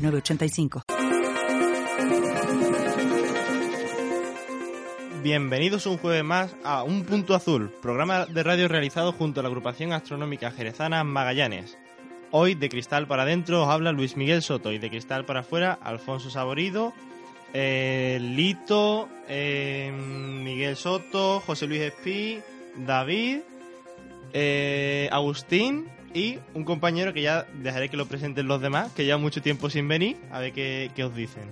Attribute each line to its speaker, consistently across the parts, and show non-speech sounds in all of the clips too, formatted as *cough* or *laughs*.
Speaker 1: 985.
Speaker 2: Bienvenidos un jueves más a Un Punto Azul, programa de radio realizado junto a la agrupación astronómica jerezana Magallanes. Hoy de Cristal para adentro os habla Luis Miguel Soto y de Cristal para afuera Alfonso Saborido, eh, Lito, eh, Miguel Soto, José Luis Espí, David, eh, Agustín y un compañero que ya dejaré que lo presenten los demás, que ya mucho tiempo sin venir, a ver qué, qué os dicen.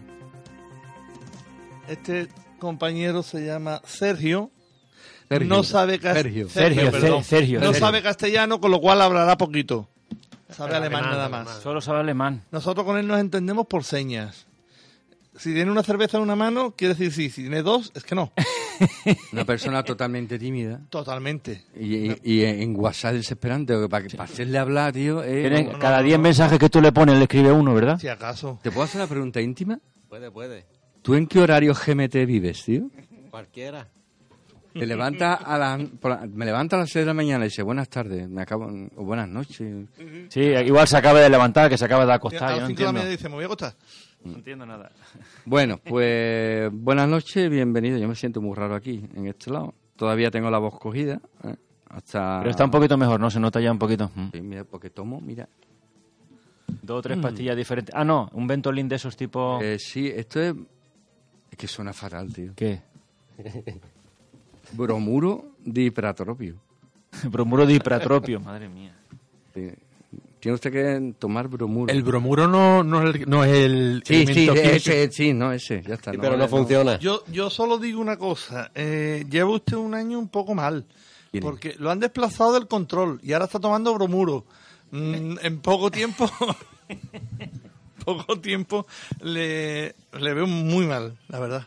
Speaker 3: Este compañero se llama Sergio.
Speaker 4: Sergio.
Speaker 3: No sabe cas-
Speaker 4: Sergio.
Speaker 5: Sergio,
Speaker 3: perdón.
Speaker 5: Ser- Sergio,
Speaker 3: No
Speaker 5: Sergio.
Speaker 3: sabe castellano, con lo cual hablará poquito. Sabe alemán,
Speaker 6: alemán,
Speaker 3: nada más.
Speaker 6: alemán.
Speaker 5: Solo sabe alemán.
Speaker 3: Nosotros con él nos entendemos por señas. Si tiene una cerveza en una mano, quiere decir sí. Si tiene dos, es que
Speaker 7: *laughs*
Speaker 3: no.
Speaker 4: Una persona totalmente tímida.
Speaker 3: Totalmente.
Speaker 4: Y, y- y en WhatsApp desesperante, que para, que- para hacerle hablar, tío. es-
Speaker 5: Tiene-
Speaker 3: no,
Speaker 5: cada
Speaker 3: no,
Speaker 5: 10
Speaker 3: no.
Speaker 5: mensajes que tú le pones le escribe uno, ¿verdad?
Speaker 3: Si acaso.
Speaker 4: ¿Te puedo hacer una pregunta íntima?
Speaker 6: Puede, puede.
Speaker 4: ¿Tú en qué horario GMT vives, tío?
Speaker 6: Cualquiera.
Speaker 4: Te levantas a las, por la- me levanto a las 6 de la mañana y dice buenas tardes, me acabo, o buenas noches.
Speaker 5: Sí, igual se acaba de levantar, que se acaba de
Speaker 7: Pues
Speaker 3: Mira,
Speaker 5: acostar.
Speaker 3: a
Speaker 5: Yo no
Speaker 3: las 5 de la
Speaker 5: entiendo.
Speaker 3: mañana dice, me voy a acostar.
Speaker 5: No entiendo nada.
Speaker 4: Bueno, pues buenas noches, bienvenido. Yo me siento muy raro aquí, en este lado. Todavía tengo la voz cogida. ¿eh? Hasta...
Speaker 5: Pero está un poquito mejor, ¿no? Se nota ya un poquito. Mm.
Speaker 4: Sí, mira, porque tomo, mira.
Speaker 5: Dos o tres pastillas diferentes. Ah, no, un Ventolin de esos tipo...
Speaker 4: Eh, sí, esto es... Es que suena fatal, tío.
Speaker 5: ¿Qué? *laughs*
Speaker 4: Bromuro di pratropio.
Speaker 5: Bromuro de hipratropio, madre mía.
Speaker 4: Sí. Tiene usted que tomar bromuro.
Speaker 7: El bromuro no, no es el, no es el
Speaker 4: sí, sí,
Speaker 7: elemento químico.
Speaker 4: ese, sí, no, ese, ya está.
Speaker 6: pero no, funciona.
Speaker 3: Yo, yo solo digo una cosa. eh, lleva usted un año un poco mal.
Speaker 4: ¿Quién es?
Speaker 3: Porque lo han desplazado del control y ahora está tomando bromuro. Mm, en poco tiempo. *laughs* poco tiempo le, le veo muy mal, la verdad.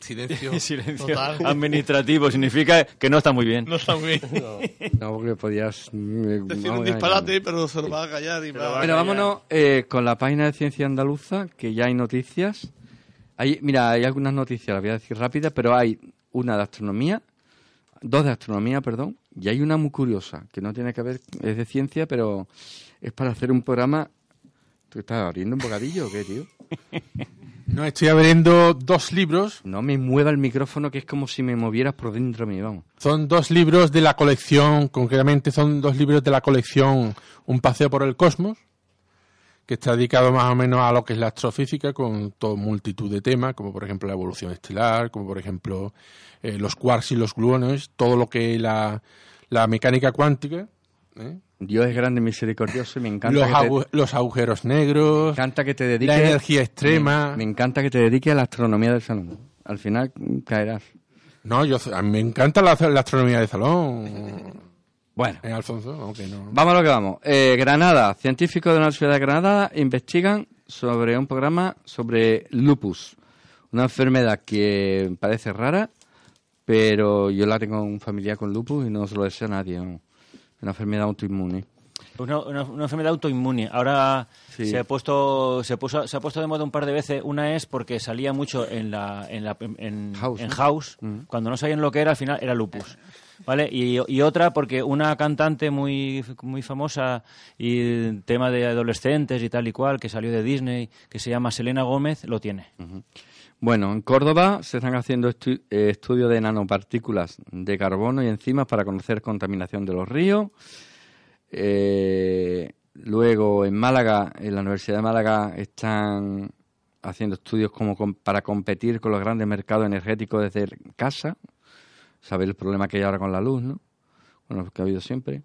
Speaker 3: Silencio.
Speaker 5: Silencio
Speaker 3: Total.
Speaker 5: administrativo significa que no está muy bien.
Speaker 3: No está muy bien.
Speaker 4: No, porque podías... eh,
Speaker 3: Decir un disparate, pero se lo va a callar y va a-
Speaker 4: Pero vámonos eh, con la página de Ciencia Andaluza, que ya hay noticias. Hay, mira, hay algunas noticias, las voy a decir rápidas, pero hay una de astronomía, dos de astronomía, perdón, y hay una muy curiosa, que no tiene que ver, es de ciencia, pero es para hacer un programa... ¿Tú estás abriendo un bocadillo o qué, tío?
Speaker 7: No, estoy abriendo dos libros.
Speaker 4: No me mueva el micrófono, que es como si me movieras por dentro mío, vamos.
Speaker 7: Son dos libros de la colección, concretamente son dos libros de la colección Un paseo por el cosmos, que está dedicado más o menos a lo que es la astrofísica, con toda multitud de temas, como por ejemplo la evolución estelar, como por ejemplo eh, los quarks y los gluones, todo lo que es la, la mecánica cuántica, ¿eh?
Speaker 4: Dios es grande y misericordioso y me encanta,
Speaker 7: los,
Speaker 4: que, te,
Speaker 7: agu- los agujeros
Speaker 4: me
Speaker 7: negros,
Speaker 4: encanta que te
Speaker 7: la
Speaker 4: dediques...
Speaker 7: energía extrema.
Speaker 4: Me, me encanta que te dediques a la astronomía del salón. Al final mm, caerás.
Speaker 7: No, yo, a mí me encanta la, la astronomía de salón,
Speaker 4: Bueno,
Speaker 7: ¿eh, Alfonso, aunque no.
Speaker 4: vamos a lo que vamos. Eh, Granada, científicos de la Universidad de Granada investigan sobre un programa sobre lupus, una enfermedad que parece rara, pero yo la tengo un familiar con lupus y no se lo desea a nadie. ¿no? Una enfermedad autoinmune.
Speaker 5: Una, una- una enfermedad autoinmune. Ahora
Speaker 4: Sí.
Speaker 5: se, ha puesto, se, puso- se ha puesto de moda un par de veces. Una es porque salía mucho en, la, en, la- en-
Speaker 4: House,
Speaker 5: en
Speaker 4: ¿no? Mm.
Speaker 5: House. Cuando no sabían lo que era, al final era lupus. ¿Vale? Y, y otra porque una cantante muy, muy famosa y tema de adolescentes y tal y cual, que salió de Disney, que se llama Selena Gómez, lo tiene.
Speaker 4: Bueno, en Córdoba se están haciendo estu- eh, estudios de nanopartículas de carbono y enzimas para conocer contaminación de los ríos. Eh, luego en Málaga, en la Universidad de Málaga, están haciendo estudios como com- para competir con los grandes mercados energéticos desde casa. Sabéis el problema que hay ahora con la luz, ¿no? Bueno, que ha habido siempre.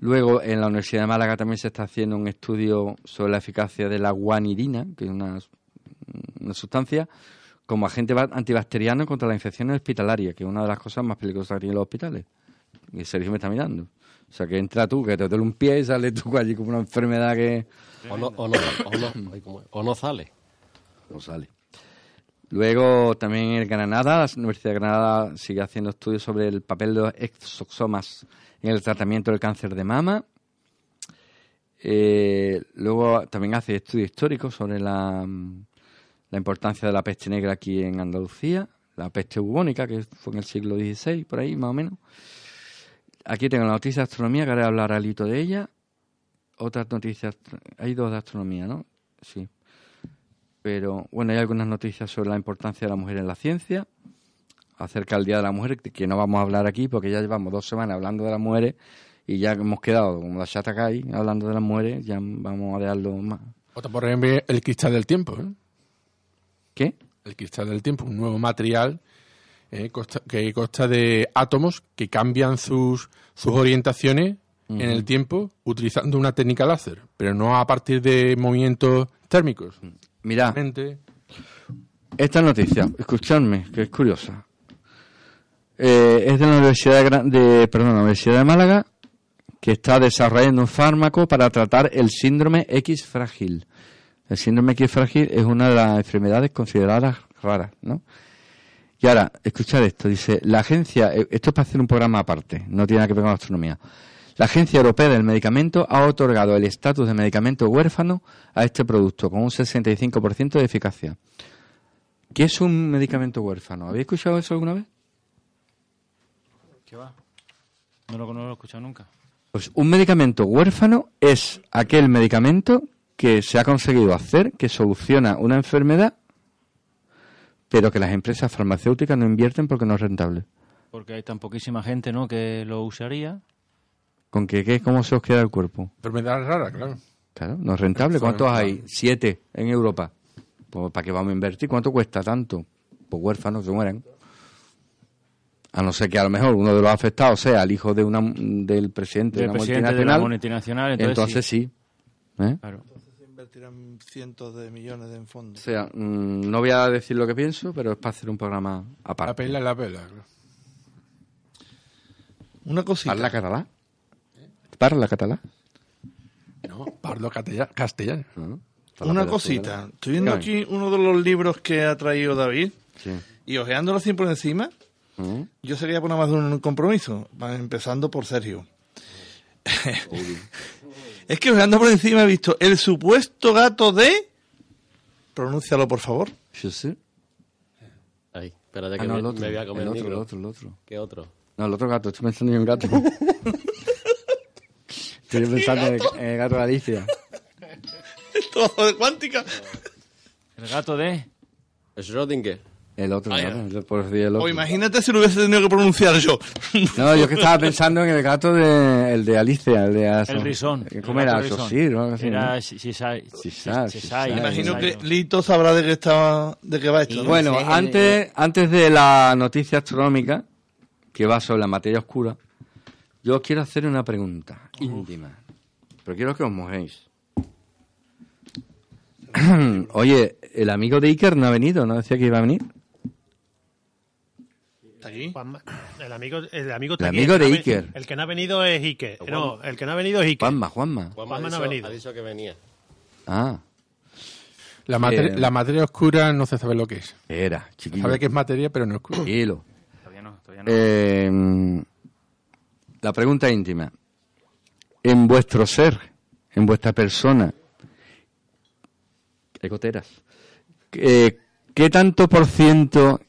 Speaker 4: Luego, en la Universidad de Málaga también se está haciendo un estudio sobre la eficacia de la guanidina, que es una, una sustancia como agente ba- antibacteriano contra las infecciones hospitalarias, que es una de las cosas más peligrosas que tienen los hospitales. Y Sergio me está mirando. O sea, que entra tú, que te duele un pie y sale tú allí como una enfermedad que
Speaker 6: O no, o no, o no, ay, ¿cómo es? O no sale.
Speaker 4: no sale. Luego también en Granada, la Universidad de Granada sigue haciendo estudios sobre el papel de los exosomas en el tratamiento del cáncer de mama. Eh, luego también hace estudios históricos sobre la, mm, la importancia de la peste negra aquí en Andalucía, la peste bubónica, que fue en el siglo XVI, por ahí más o menos. Aquí tengo la noticia de astronomía, que ahora hablar Alito de ella. Otras noticias, hay dos de astronomía, ¿no? Sí. Pero bueno, hay algunas noticias sobre la importancia de la mujer en la ciencia, acerca del Día de la Mujer, que- que no vamos a hablar aquí porque ya llevamos dos semanas hablando de las mujeres y ya hemos quedado como la chata que hay hablando de las mujeres, ya vamos a dejarlo más.
Speaker 7: Otra, por ejemplo, el cristal del tiempo. ¿eh?
Speaker 4: ¿Qué?
Speaker 7: El cristal del tiempo, un nuevo material eh, consta- que consta de átomos que cambian sus, sus orientaciones en el tiempo utilizando una técnica láser, pero no a partir de movimientos térmicos.
Speaker 4: Mirad,
Speaker 7: Mente,
Speaker 4: Esta noticia, escuchadme, que es curiosa. Eh, es de la Universidad de, Gra- de- perdón, la Universidad de Málaga, que está desarrollando un fármaco para tratar el síndrome X frágil. El síndrome X frágil es una de las enfermedades consideradas raras, ¿no? Y ahora, escuchad esto, dice, la agencia, eh, esto es para hacer un programa aparte, no tiene nada que ver con la astronomía. La Agencia Europea del Medicamento ha otorgado el estatus de medicamento huérfano a este producto, con un 65% de eficacia. ¿Qué es un medicamento huérfano? ¿Habéis escuchado eso alguna vez?
Speaker 5: No lo, no lo he escuchado nunca.
Speaker 4: Pues un medicamento huérfano es aquel medicamento que se ha conseguido hacer, que soluciona una enfermedad, pero que las empresas farmacéuticas no invierten porque no es rentable.
Speaker 5: Porque hay tan poquísima gente ¿no? que lo usaría.
Speaker 4: ¿Con qué, qué? ¿Cómo se os queda el cuerpo?
Speaker 7: enfermedad rara, claro.
Speaker 4: Claro, no es rentable. ¿Cuántos hay? Siete en Europa. Pues ¿para qué vamos a invertir? ¿Cuánto cuesta tanto? Pues huérfanos se mueren. A no ser que a lo mejor uno de los afectados sea el hijo de una, del presidente de
Speaker 5: Del
Speaker 4: una
Speaker 5: presidente de la
Speaker 4: multinacional.
Speaker 5: multinacional. Entonces,
Speaker 4: Entonces, sí. ¿Eh?
Speaker 5: Claro.
Speaker 3: Invertirán cientos de millones en
Speaker 4: O
Speaker 3: fondos.
Speaker 4: sea, mm, no voy a decir lo que pienso, pero es para hacer un programa
Speaker 7: La
Speaker 4: aparte.
Speaker 7: pela es la pela. claro.
Speaker 3: Una cosita.
Speaker 4: ¿Parla catalá? ¿Eh? ¿Parla catalá?
Speaker 7: No, parlo catella- castellano.
Speaker 4: No, no. Parla
Speaker 3: Una
Speaker 4: catalá,
Speaker 3: cosita.
Speaker 4: ¿verdad?
Speaker 3: Estoy viendo
Speaker 4: Dígame.
Speaker 3: aquí uno de los libros que ha traído David
Speaker 4: Sí.
Speaker 3: y ojeándolo así por encima,
Speaker 4: ¿Mm?
Speaker 3: yo sería por nada más de un compromiso, va, empezando por Sergio. *laughs* es que ojeando por encima he visto el supuesto gato de... Pronúncialo, por favor. *laughs*
Speaker 4: Yo sé.
Speaker 6: Ahí, espérate que
Speaker 4: Ah, no,
Speaker 6: me,
Speaker 4: el otro.
Speaker 6: me voy a comer el
Speaker 4: el otro, el
Speaker 6: micro.
Speaker 4: otro, el otro.
Speaker 6: ¿Qué otro?
Speaker 4: No, el otro gato, estoy pensando en un
Speaker 3: *laughs*
Speaker 4: gato. estoy pensando en el- en el gato de Alicia.
Speaker 3: Todo de cuántica.
Speaker 5: El gato de...
Speaker 6: Schrödinger.
Speaker 4: El otro,
Speaker 6: Ah,
Speaker 4: el
Speaker 6: ya.
Speaker 4: gato, el- por decir el otro.
Speaker 3: O imagínate si lo hubiese tenido que pronunciar yo.
Speaker 4: No, yo que estaba pensando en el gato de, el de Alicia, el de Aso-
Speaker 5: El risón.
Speaker 4: ¿Cómo
Speaker 5: el
Speaker 4: era?
Speaker 5: gato risón.
Speaker 4: Sosir o algo así, ¿no?
Speaker 5: Era Shisai.
Speaker 4: Shisai, Shisai.
Speaker 3: Imagino que Lito sabrá de qué, está, de qué va esto. ¿no?
Speaker 7: eh,
Speaker 4: Bueno, antes, antes de la noticia astronómica, que va sobre la materia oscura, yo os quiero hacer una pregunta íntima. Pero quiero que os mojéis.
Speaker 7: *coughs*
Speaker 4: *clears throat* Oye, el amigo de Iker no ha venido, ¿no decía que iba a venir?
Speaker 3: ¿Está aquí?
Speaker 8: Juanma, el amigo, el amigo, está
Speaker 4: El
Speaker 8: aquí,
Speaker 4: amigo
Speaker 8: el que
Speaker 4: de
Speaker 8: no ha ve-
Speaker 4: Iker.
Speaker 8: El que no ha venido es Iker. No, el que no ha venido es Iker.
Speaker 4: Juanma, Juanma.
Speaker 6: Juanma
Speaker 8: Juanma no ha
Speaker 6: ha, dicho,
Speaker 8: venido.
Speaker 6: ha dicho que venía.
Speaker 4: Ah,
Speaker 7: La, mate-
Speaker 4: Eh.
Speaker 7: la materia oscura no se sabe lo que es.
Speaker 4: era, chiquillo.
Speaker 7: Sabe que es materia, pero no oscura.
Speaker 4: Tranquilo.
Speaker 5: Todavía no, todavía no.
Speaker 4: Eh, la pregunta íntima. En vuestro ser, en vuestra persona, hay goteras. Eh, ¿Qué tanto por ciento...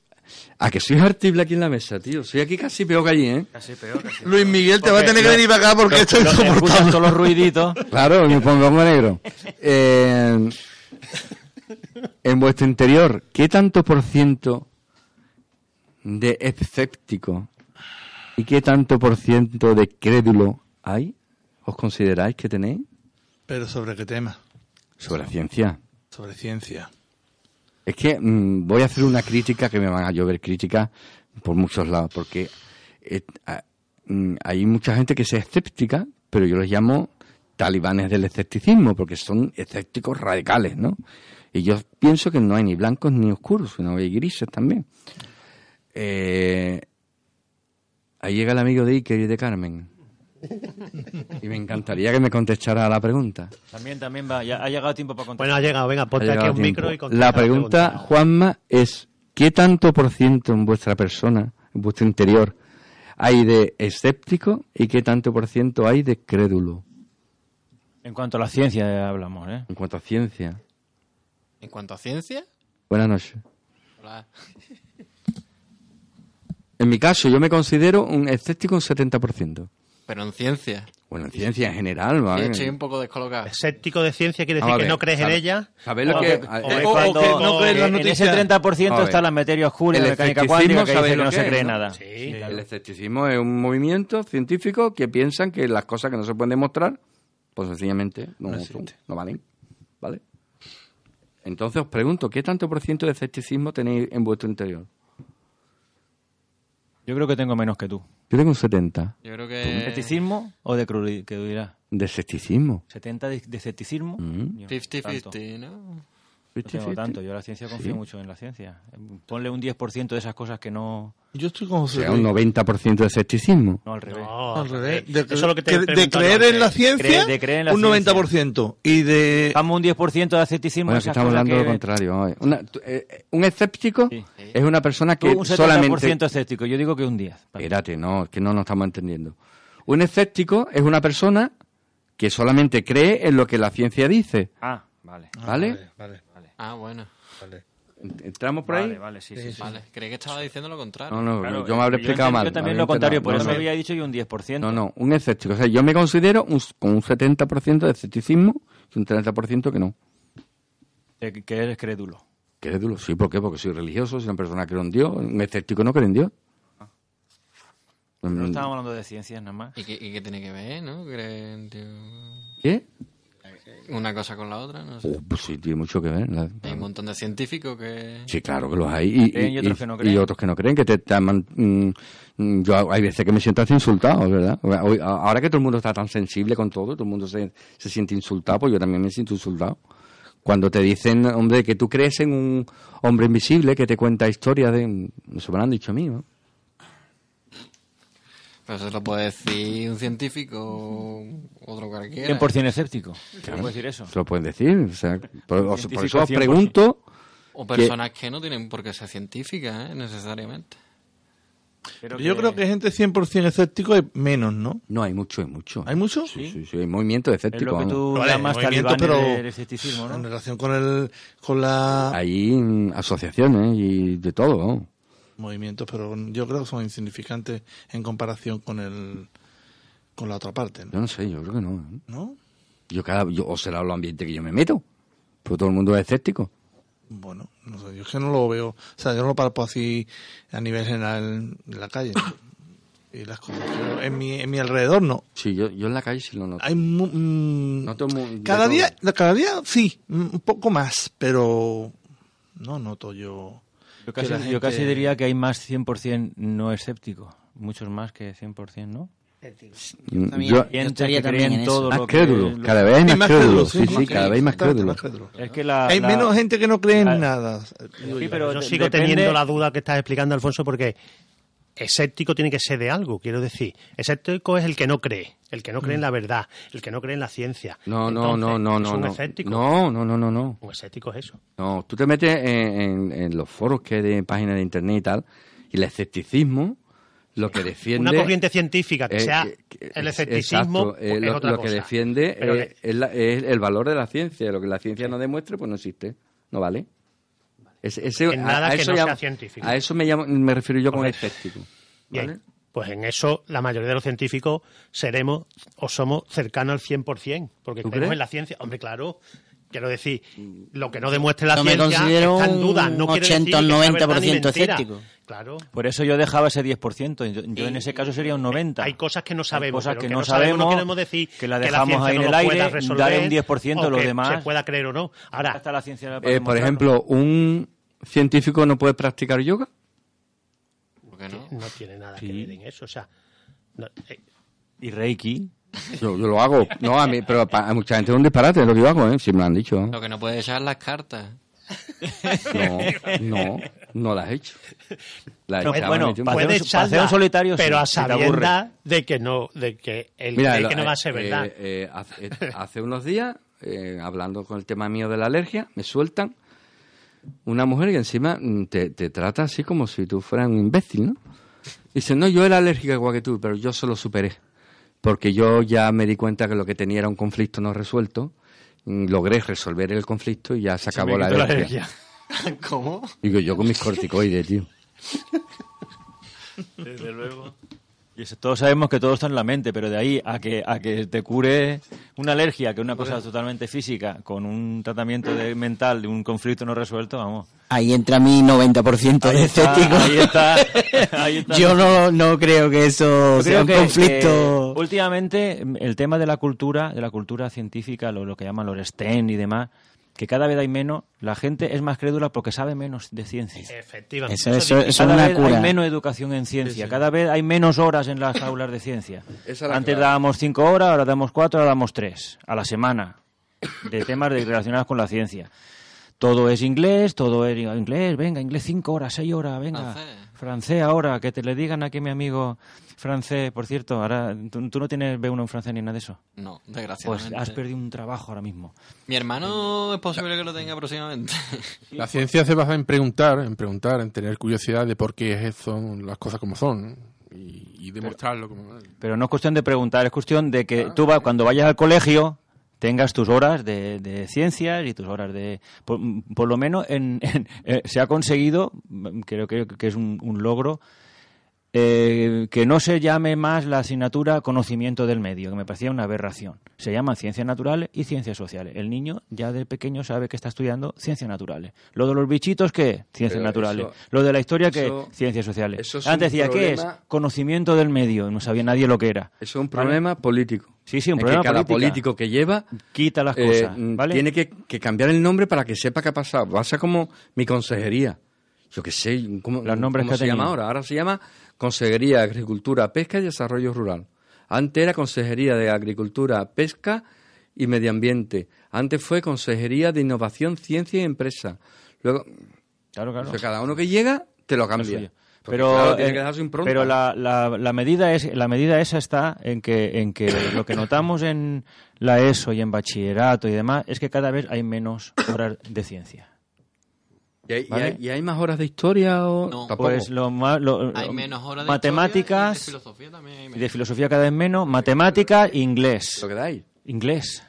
Speaker 4: A que soy hartible aquí en la mesa, tío. Soy aquí casi peor que allí, ¿eh?
Speaker 5: Casi peor, casi
Speaker 3: Luis Miguel, te va a tener que
Speaker 5: lo-
Speaker 3: venir para acá porque esto es
Speaker 5: Escuchas
Speaker 3: insoportable.
Speaker 5: todos los ruiditos.
Speaker 4: Claro, me pongo muy negro. Eh, en vuestro interior, ¿qué tanto por ciento de escéptico y qué tanto por ciento de crédulo hay? ¿Os consideráis que tenéis?
Speaker 3: Pero ¿sobre qué tema?
Speaker 4: Sobre la ciencia.
Speaker 3: Sobre ciencia.
Speaker 4: Es que mm, voy a hacer una crítica que me van a llover críticas por muchos lados, porque eh, a- mm, hay mucha gente que es escéptica, pero yo los llamo talibanes del escepticismo, porque son escépticos radicales, ¿no? Y yo pienso que no hay ni blancos ni oscuros, sino hay grises también. Eh, ahí llega el amigo de Iker y de Carmen. Y me encantaría que me contestara a la pregunta.
Speaker 5: *laughs* También, también va. Ya ha llegado tiempo para
Speaker 8: Bueno,
Speaker 5: contestar.
Speaker 8: ha llegado, venga, ponte
Speaker 4: Ha
Speaker 8: aquí
Speaker 4: llegado
Speaker 8: un
Speaker 4: tiempo.
Speaker 8: micro y contesta
Speaker 4: La pregunta, Juanma, es ¿qué tanto por ciento en vuestra persona, en vuestro interior, hay de escéptico y qué tanto por ciento hay de crédulo?
Speaker 5: En cuanto a la ciencia eh, hablamos, ¿eh?
Speaker 4: En cuanto a ciencia.
Speaker 9: En cuanto a ciencia,
Speaker 4: Buenas noches.
Speaker 9: hola.
Speaker 4: En mi caso, yo me considero un escéptico un 70%.
Speaker 9: pero en ciencia.
Speaker 4: Bueno, en ciencia en general,
Speaker 9: Sí,
Speaker 4: ¿vale?
Speaker 9: Estoy un poco descolocado.
Speaker 8: Escéptico de ciencia quiere
Speaker 4: Vamos
Speaker 8: decir
Speaker 4: a
Speaker 8: que
Speaker 4: ver,
Speaker 8: no crees en
Speaker 4: Ah, sabe-
Speaker 8: ella.
Speaker 4: ¿Sabéis lo
Speaker 5: O
Speaker 4: que...? eh,
Speaker 5: es
Speaker 3: o- o
Speaker 5: cuando-
Speaker 3: que no crees la
Speaker 5: Eh,
Speaker 8: eh,
Speaker 5: en ese
Speaker 3: noticia.
Speaker 4: A
Speaker 5: 30% está
Speaker 4: ver.
Speaker 5: la materia oscura y
Speaker 4: El
Speaker 5: la mecánica
Speaker 4: escepticismo,
Speaker 5: cuántica que
Speaker 4: ¿sabéis
Speaker 5: dice que
Speaker 4: lo
Speaker 5: no
Speaker 4: que
Speaker 5: se
Speaker 4: es,
Speaker 5: cree
Speaker 4: no?
Speaker 5: nada.
Speaker 4: El escepticismo es un movimiento científico que piensan que las cosas que no se pueden demostrar, pues sencillamente no, no valen. ¿Vale? Entonces os pregunto, ¿qué tanto por ciento de escepticismo tenéis en vuestro interior?
Speaker 5: Yo creo que tengo menos que tú.
Speaker 4: Yo tengo un 70
Speaker 9: Yo creo
Speaker 4: Eh.
Speaker 5: ¿De
Speaker 9: que
Speaker 5: ¿Escepticismo o de crudidad?
Speaker 4: de escepticismo.
Speaker 5: 70 de, de escepticismo.
Speaker 4: Mm.
Speaker 5: Yo no tengo tanto.
Speaker 9: 50-50, ¿no?
Speaker 5: No tengo tanto. Yo la ciencia confío mucho en la ciencia. Ponle un 10% de esas cosas que no.
Speaker 3: Yo estoy con
Speaker 4: O
Speaker 3: José
Speaker 4: sea, un
Speaker 3: Luis.
Speaker 4: 90% de escepticismo.
Speaker 5: No, al revés.
Speaker 8: No,
Speaker 3: Al revés.
Speaker 8: Eso
Speaker 3: De,
Speaker 8: es lo que te
Speaker 3: que-
Speaker 8: he
Speaker 3: de
Speaker 8: preguntado
Speaker 3: creer
Speaker 8: antes.
Speaker 3: en la ciencia,
Speaker 5: Cre- de creer en la
Speaker 3: un 90%. Y de...
Speaker 5: Damos un 10% de escepticismo.
Speaker 4: Bueno,
Speaker 5: esas
Speaker 4: aquí estamos
Speaker 5: cosas
Speaker 4: hablando de lo
Speaker 5: que-
Speaker 4: contrario. vamos a ver. Una- tú- eh, eh, un escéptico
Speaker 5: Sí.
Speaker 4: es una persona
Speaker 5: Tú
Speaker 4: que
Speaker 5: un 70%
Speaker 4: solamente
Speaker 5: escéptico. Yo digo que un 10. Para mí.
Speaker 4: Espérate, no, es que no nos estamos entendiendo. Un escéptico es una persona que solamente cree en lo que la ciencia dice,
Speaker 5: Ah, vale.
Speaker 4: ¿vale?
Speaker 3: Vale,
Speaker 9: Ah, bueno.
Speaker 4: Ent- ¿Entramos por
Speaker 5: Vale,
Speaker 4: ahí.
Speaker 5: vale, sí, sí. sí.
Speaker 9: Vale, creí que estaba diciendo lo contrario.
Speaker 4: No, no,
Speaker 5: Claro,
Speaker 4: yo me habré explicado
Speaker 5: entendí-
Speaker 4: mal.
Speaker 5: Yo
Speaker 4: me
Speaker 5: también
Speaker 4: habré
Speaker 5: lo contrario,
Speaker 4: enterado.
Speaker 5: por
Speaker 4: No,
Speaker 5: eso
Speaker 4: no.
Speaker 5: había dicho yo un 10%.
Speaker 4: No, no, un escéptico. O sea, yo me considero un, con un 70% de escepticismo y un 30% que no.
Speaker 5: Eh, Que eres crédulo.
Speaker 4: Crédulo, sí, ¿por qué? Porque soy religioso, soy una persona que cree en Dios. Un escéptico no cree en Dios.
Speaker 5: No
Speaker 4: Mm,
Speaker 5: Ah. estábamos hablando de ciencias nada más.
Speaker 9: ¿Y qué, y qué tiene que ver, no? Creen, tío,
Speaker 4: ¿Qué?
Speaker 9: Una cosa con la otra, no sé.
Speaker 4: Oh, pues sí, tiene mucho que ver. la-
Speaker 9: Hay un montón de científicos que...
Speaker 4: Sí, claro que los hay. Y,
Speaker 5: Creen y otros que no creen.
Speaker 4: y otros que no creen, que te, te aman- mm, mm, yo hay veces que me siento hasta insultado, ¿verdad? Hoy- a- ahora que todo el mundo está tan sensible con todo, todo el mundo se, se siente insultado, pues yo también me siento insultado. Cuando te dicen, hombre, que tú crees en un hombre invisible que te cuenta historias de... Eso me lo han dicho a mí, ¿no?
Speaker 9: Pero eso lo puede decir un científico o otro cualquiera.
Speaker 5: 100% escéptico. ¿Qué puedo decir eso?
Speaker 4: Se lo pueden decir. o sea, por, o sea, por eso os
Speaker 5: 100%.
Speaker 4: pregunto...
Speaker 9: O personas que no tienen por qué ser científicas, ¿eh? necesariamente.
Speaker 5: Pero
Speaker 3: Yo creo que gente 100% escéptico es menos, ¿no?
Speaker 4: No, hay mucho, hay mucho.
Speaker 3: ¿Hay mucho?
Speaker 4: Sí, sí, sí, hay movimiento
Speaker 5: Es
Speaker 4: escéptico.
Speaker 5: lo que
Speaker 4: vamos.
Speaker 5: tú
Speaker 3: Vale,
Speaker 5: llamas
Speaker 3: movimiento,
Speaker 5: talibán
Speaker 3: pero-
Speaker 5: del escepticismo,
Speaker 3: En
Speaker 5: ¿no?
Speaker 3: relación con el con la
Speaker 4: Hay mm, asociaciones y de todo, vamos.
Speaker 3: movimientos, pero yo creo que son insignificantes en comparación con el con la otra parte, ¿no?
Speaker 4: Yo no sé, yo creo que no. ¿eh?
Speaker 3: ¿No?
Speaker 4: Yo cada, yo, o será el ambiente que yo me meto. Pero todo el mundo es escéptico.
Speaker 3: Bueno, no sé, yo es que no lo veo, o sea, yo no lo palpo así a nivel general en la calle. y las cosas que- en mi en mi alrededor no.
Speaker 4: Sí, yo, yo en la calle sí lo noto.
Speaker 3: Hay mu- mm,
Speaker 4: Noto mu-
Speaker 3: cada
Speaker 4: de
Speaker 3: día cada día sí, un poco más, pero no noto yo
Speaker 5: Yo
Speaker 3: que
Speaker 5: casi,
Speaker 3: la
Speaker 5: yo casi
Speaker 3: gente-
Speaker 5: diría que hay más 100% no escéptico. Muchos más que 100%, ¿no?
Speaker 4: Mm,
Speaker 10: también.
Speaker 4: Yo,
Speaker 10: Yo
Speaker 5: Gente
Speaker 10: estaría
Speaker 5: que
Speaker 10: también
Speaker 5: creen
Speaker 10: en
Speaker 5: todo
Speaker 10: eso.
Speaker 4: más
Speaker 5: lo
Speaker 4: Ah, crédulo,
Speaker 5: que... lo-
Speaker 4: cada vez
Speaker 3: Sí,
Speaker 4: hay más, crédulo.
Speaker 3: crédulos,
Speaker 4: Sí, sí, cada vez hay más
Speaker 3: exactamente,
Speaker 4: crédulo.
Speaker 3: crédulos.
Speaker 5: Es que la...
Speaker 3: Hay
Speaker 5: la-
Speaker 3: menos gente que no cree
Speaker 5: Ah.
Speaker 3: en nada. digo
Speaker 5: Sí,
Speaker 3: yo.
Speaker 5: pero
Speaker 8: Yo
Speaker 5: de-
Speaker 8: sigo
Speaker 5: depende-
Speaker 8: teniendo la duda que estás explicando, Alfonso, porque escéptico tiene que ser de algo, quiero decir. Escéptico es el que no cree, el que no cree en la verdad, el que no cree en la ciencia.
Speaker 4: No, no,
Speaker 8: Entonces,
Speaker 4: no, no,
Speaker 8: ¿es
Speaker 4: no.
Speaker 8: un
Speaker 4: no.
Speaker 8: escéptico?
Speaker 4: No, no, no, no, no.
Speaker 8: Un escéptico es eso.
Speaker 4: No, tú te metes en, en- en los foros que hay de páginas de internet y tal, y el escepticismo, lo que defiende...
Speaker 8: Una corriente científica, que
Speaker 4: eh,
Speaker 8: sea
Speaker 4: que- que-
Speaker 8: el
Speaker 4: es-
Speaker 8: escepticismo,
Speaker 4: exacto, eh,
Speaker 8: pues,
Speaker 4: lo,
Speaker 8: es otra
Speaker 4: lo
Speaker 8: cosa.
Speaker 4: que defiende
Speaker 8: Pero
Speaker 4: eh, es, la- es el valor de la ciencia. Lo que la ciencia no demuestre, pues no existe. No vale. Es- ese-
Speaker 8: En nada que no sea científico.
Speaker 4: a eso me, llamo- me refiero yo con escéptico.
Speaker 8: Bien,
Speaker 4: ¿vale?
Speaker 8: pues en eso la mayoría de los científicos seremos o somos cercanos al 100%, porque
Speaker 4: ¿Tú
Speaker 8: creemos
Speaker 4: crees?
Speaker 8: en la ciencia. Hombre, claro, quiero decir, lo que no demuestre la
Speaker 10: Yo me
Speaker 8: ciencia
Speaker 10: considero
Speaker 8: está en
Speaker 10: un
Speaker 8: duda. No quiere
Speaker 10: 80 o
Speaker 8: decir que sea verdad
Speaker 10: 90%
Speaker 8: ni mentira.
Speaker 10: escéptico.
Speaker 8: Claro.
Speaker 5: Por eso yo dejaba ese 10%. Yo, yo en ese caso sería un 90%.
Speaker 8: Hay cosas que no
Speaker 5: Hay
Speaker 8: sabemos.
Speaker 5: cosas
Speaker 8: pero
Speaker 5: que, no
Speaker 8: sabemos,
Speaker 5: sabemos,
Speaker 8: no queremos decir
Speaker 5: que la
Speaker 8: que
Speaker 5: dejamos
Speaker 8: ciencia
Speaker 5: ahí
Speaker 8: no
Speaker 5: en el
Speaker 8: lo pueda
Speaker 5: aire,
Speaker 8: resolver,
Speaker 5: dar un 10%
Speaker 8: o
Speaker 5: los
Speaker 8: que
Speaker 5: demás.
Speaker 8: Se pueda creer o no. Ahora,
Speaker 5: Hasta la ciencia la
Speaker 4: Eh, por ejemplo, ¿un científico no puede practicar yoga?
Speaker 9: ¿Por qué no?
Speaker 8: no tiene nada que
Speaker 5: Sí.
Speaker 8: ver en eso. O sea, no, eh,
Speaker 5: Y Reiki.
Speaker 4: Yo, yo lo hago. No, a mí, pero pa- a mucha gente es un disparate lo que yo hago, ¿eh? Si me lo han dicho.
Speaker 9: Lo que no puede echar las cartas.
Speaker 4: No, no, no la has hecho. La
Speaker 5: No,
Speaker 2: Pues
Speaker 4: echaba en
Speaker 5: bueno,
Speaker 4: el tiempo.
Speaker 5: paseo-
Speaker 8: eh, puede
Speaker 5: paseo
Speaker 8: echarla,
Speaker 5: solitario sí,
Speaker 8: pero a
Speaker 5: si te aburre.
Speaker 8: sabiendas de que no, de que el de
Speaker 4: lo-
Speaker 8: que no va a
Speaker 4: eh,
Speaker 8: ser verdad.
Speaker 4: eh, eh, hace, eh, hace unos días, eh, hablando con el tema mío de la alergia, me sueltan una mujer que encima mm, te, te trata así como si tú fueras un imbécil, ¿no? Dice, no, yo era alérgica igual que tú, pero yo solo superé. Porque yo ya me di cuenta que lo que tenía era un conflicto no resuelto. mm, Logré resolver el conflicto y ya se acabó la alergia. *laughs*
Speaker 3: ¿Cómo?
Speaker 4: Digo, yo con mis corticoides, tío.
Speaker 2: Desde luego.
Speaker 5: Y eso, todos sabemos que todo está en la mente, pero de ahí a que, a que te cure una alergia, que es una cosa totalmente física, con un tratamiento de- mental de un conflicto no resuelto, vamos.
Speaker 10: Ahí entra mi 90% de
Speaker 5: está,
Speaker 10: escéptico.
Speaker 5: ahí
Speaker 10: *laughs*
Speaker 5: está, ahí está.
Speaker 10: Yo no, no creo que eso
Speaker 5: Yo
Speaker 10: sea
Speaker 5: creo
Speaker 10: un
Speaker 5: que,
Speaker 10: conflicto.
Speaker 5: que últimamente mm, el tema de la cultura, de la cultura científica, lo, lo que llaman los STEM y demás, que cada vez hay menos, la gente es más crédula porque sabe menos de ciencia.
Speaker 8: Efectivamente.
Speaker 10: Eso- eso-
Speaker 8: dice-
Speaker 10: eso-
Speaker 5: Cada
Speaker 10: una
Speaker 5: vez
Speaker 10: cura.
Speaker 5: hay menos educación en ciencia, cada vez hay menos horas en las aulas de ciencia.
Speaker 4: Esa es la
Speaker 5: Antes
Speaker 4: clave.
Speaker 5: dábamos cinco horas, ahora damos cuatro, ahora damos tres a la semana de temas de- relacionados con la ciencia. Todo es inglés, todo es inglés, venga, inglés cinco horas, seis horas, venga.
Speaker 9: Francés.
Speaker 5: Francés ahora, que te le digan aquí mi amigo francés, por cierto, ahora tú, tú no tienes B1 en francés ni nada de eso.
Speaker 9: No,
Speaker 5: Pues
Speaker 9: desgraciadamente.
Speaker 5: has perdido un trabajo ahora mismo.
Speaker 9: Mi hermano es posible que lo tenga próximamente.
Speaker 7: La ciencia se basa en preguntar, en preguntar, en tener curiosidad de por qué es- son las cosas como son ¿no? y, y demostrarlo como
Speaker 5: Pero no es cuestión de preguntar, es cuestión de
Speaker 4: Ah.
Speaker 5: que tú va- cuando vayas al colegio tengas tus horas de, de ciencias y tus horas de... Por, por lo menos en, *laughs* en- eh, se ha conseguido, mm, creo, creo que es un, un logro, eh, que no se llame más la asignatura conocimiento del medio, que me parecía una aberración. Se llaman ciencias naturales y ciencias sociales. El niño ya de pequeño sabe que está estudiando ciencias naturales. Lo de los bichitos, ¿qué? Ciencias
Speaker 4: Pero
Speaker 5: naturales.
Speaker 4: eso-
Speaker 5: lo de la historia, ¿qué?
Speaker 4: eso-
Speaker 5: ciencias sociales.
Speaker 4: eso es un
Speaker 5: Antes decía, ¿qué es?
Speaker 4: problema-
Speaker 5: conocimiento del medio, no sabía nadie lo que era.
Speaker 4: Eso es un problema político.
Speaker 5: Sí, sí, un
Speaker 4: Es
Speaker 5: problema
Speaker 4: que cada
Speaker 5: política.
Speaker 4: político que lleva
Speaker 5: Quita las
Speaker 4: eh,
Speaker 5: cosas,
Speaker 4: mm,
Speaker 5: ¿vale?
Speaker 4: Tiene que, que cambiar el nombre para que sepa qué ha pasado. Pasa como mi consejería. Yo qué sé, ¿cómo,
Speaker 5: Los nombres
Speaker 4: cómo
Speaker 5: que ha
Speaker 4: se llama
Speaker 5: tenido.
Speaker 4: ahora? Ahora se llama Consejería de Agricultura, Pesca y Desarrollo Rural. Antes era Consejería de Agricultura, Pesca y Medio Ambiente. Antes fue Consejería de Innovación, Ciencia y Empresa. Luego,
Speaker 5: Claro, claro.
Speaker 4: o sea, cada uno que llega te lo
Speaker 5: Lo
Speaker 4: cambia.
Speaker 5: suyo.
Speaker 4: Porque,
Speaker 5: Pero,
Speaker 4: claro, tiene
Speaker 5: eh,
Speaker 4: que dejar su impronta.
Speaker 5: pero la, la- la medida es la medida esa está en que en que lo que notamos en la ESO y en bachillerato y demás es que cada vez hay menos horas de ciencia.
Speaker 4: ¿Y, hay, y
Speaker 5: ¿vale?
Speaker 4: hay- y hay más horas de historia o
Speaker 9: No.
Speaker 4: tampoco?
Speaker 5: Pues lo más lo-
Speaker 9: Hay
Speaker 5: lo-
Speaker 9: menos horas de
Speaker 5: matemáticas
Speaker 9: historia y de filosofía también. Hay
Speaker 5: y
Speaker 9: menos.
Speaker 5: de filosofía cada vez menos, matemáticas,
Speaker 4: lo
Speaker 5: inglés,
Speaker 4: que dais.
Speaker 5: inglés.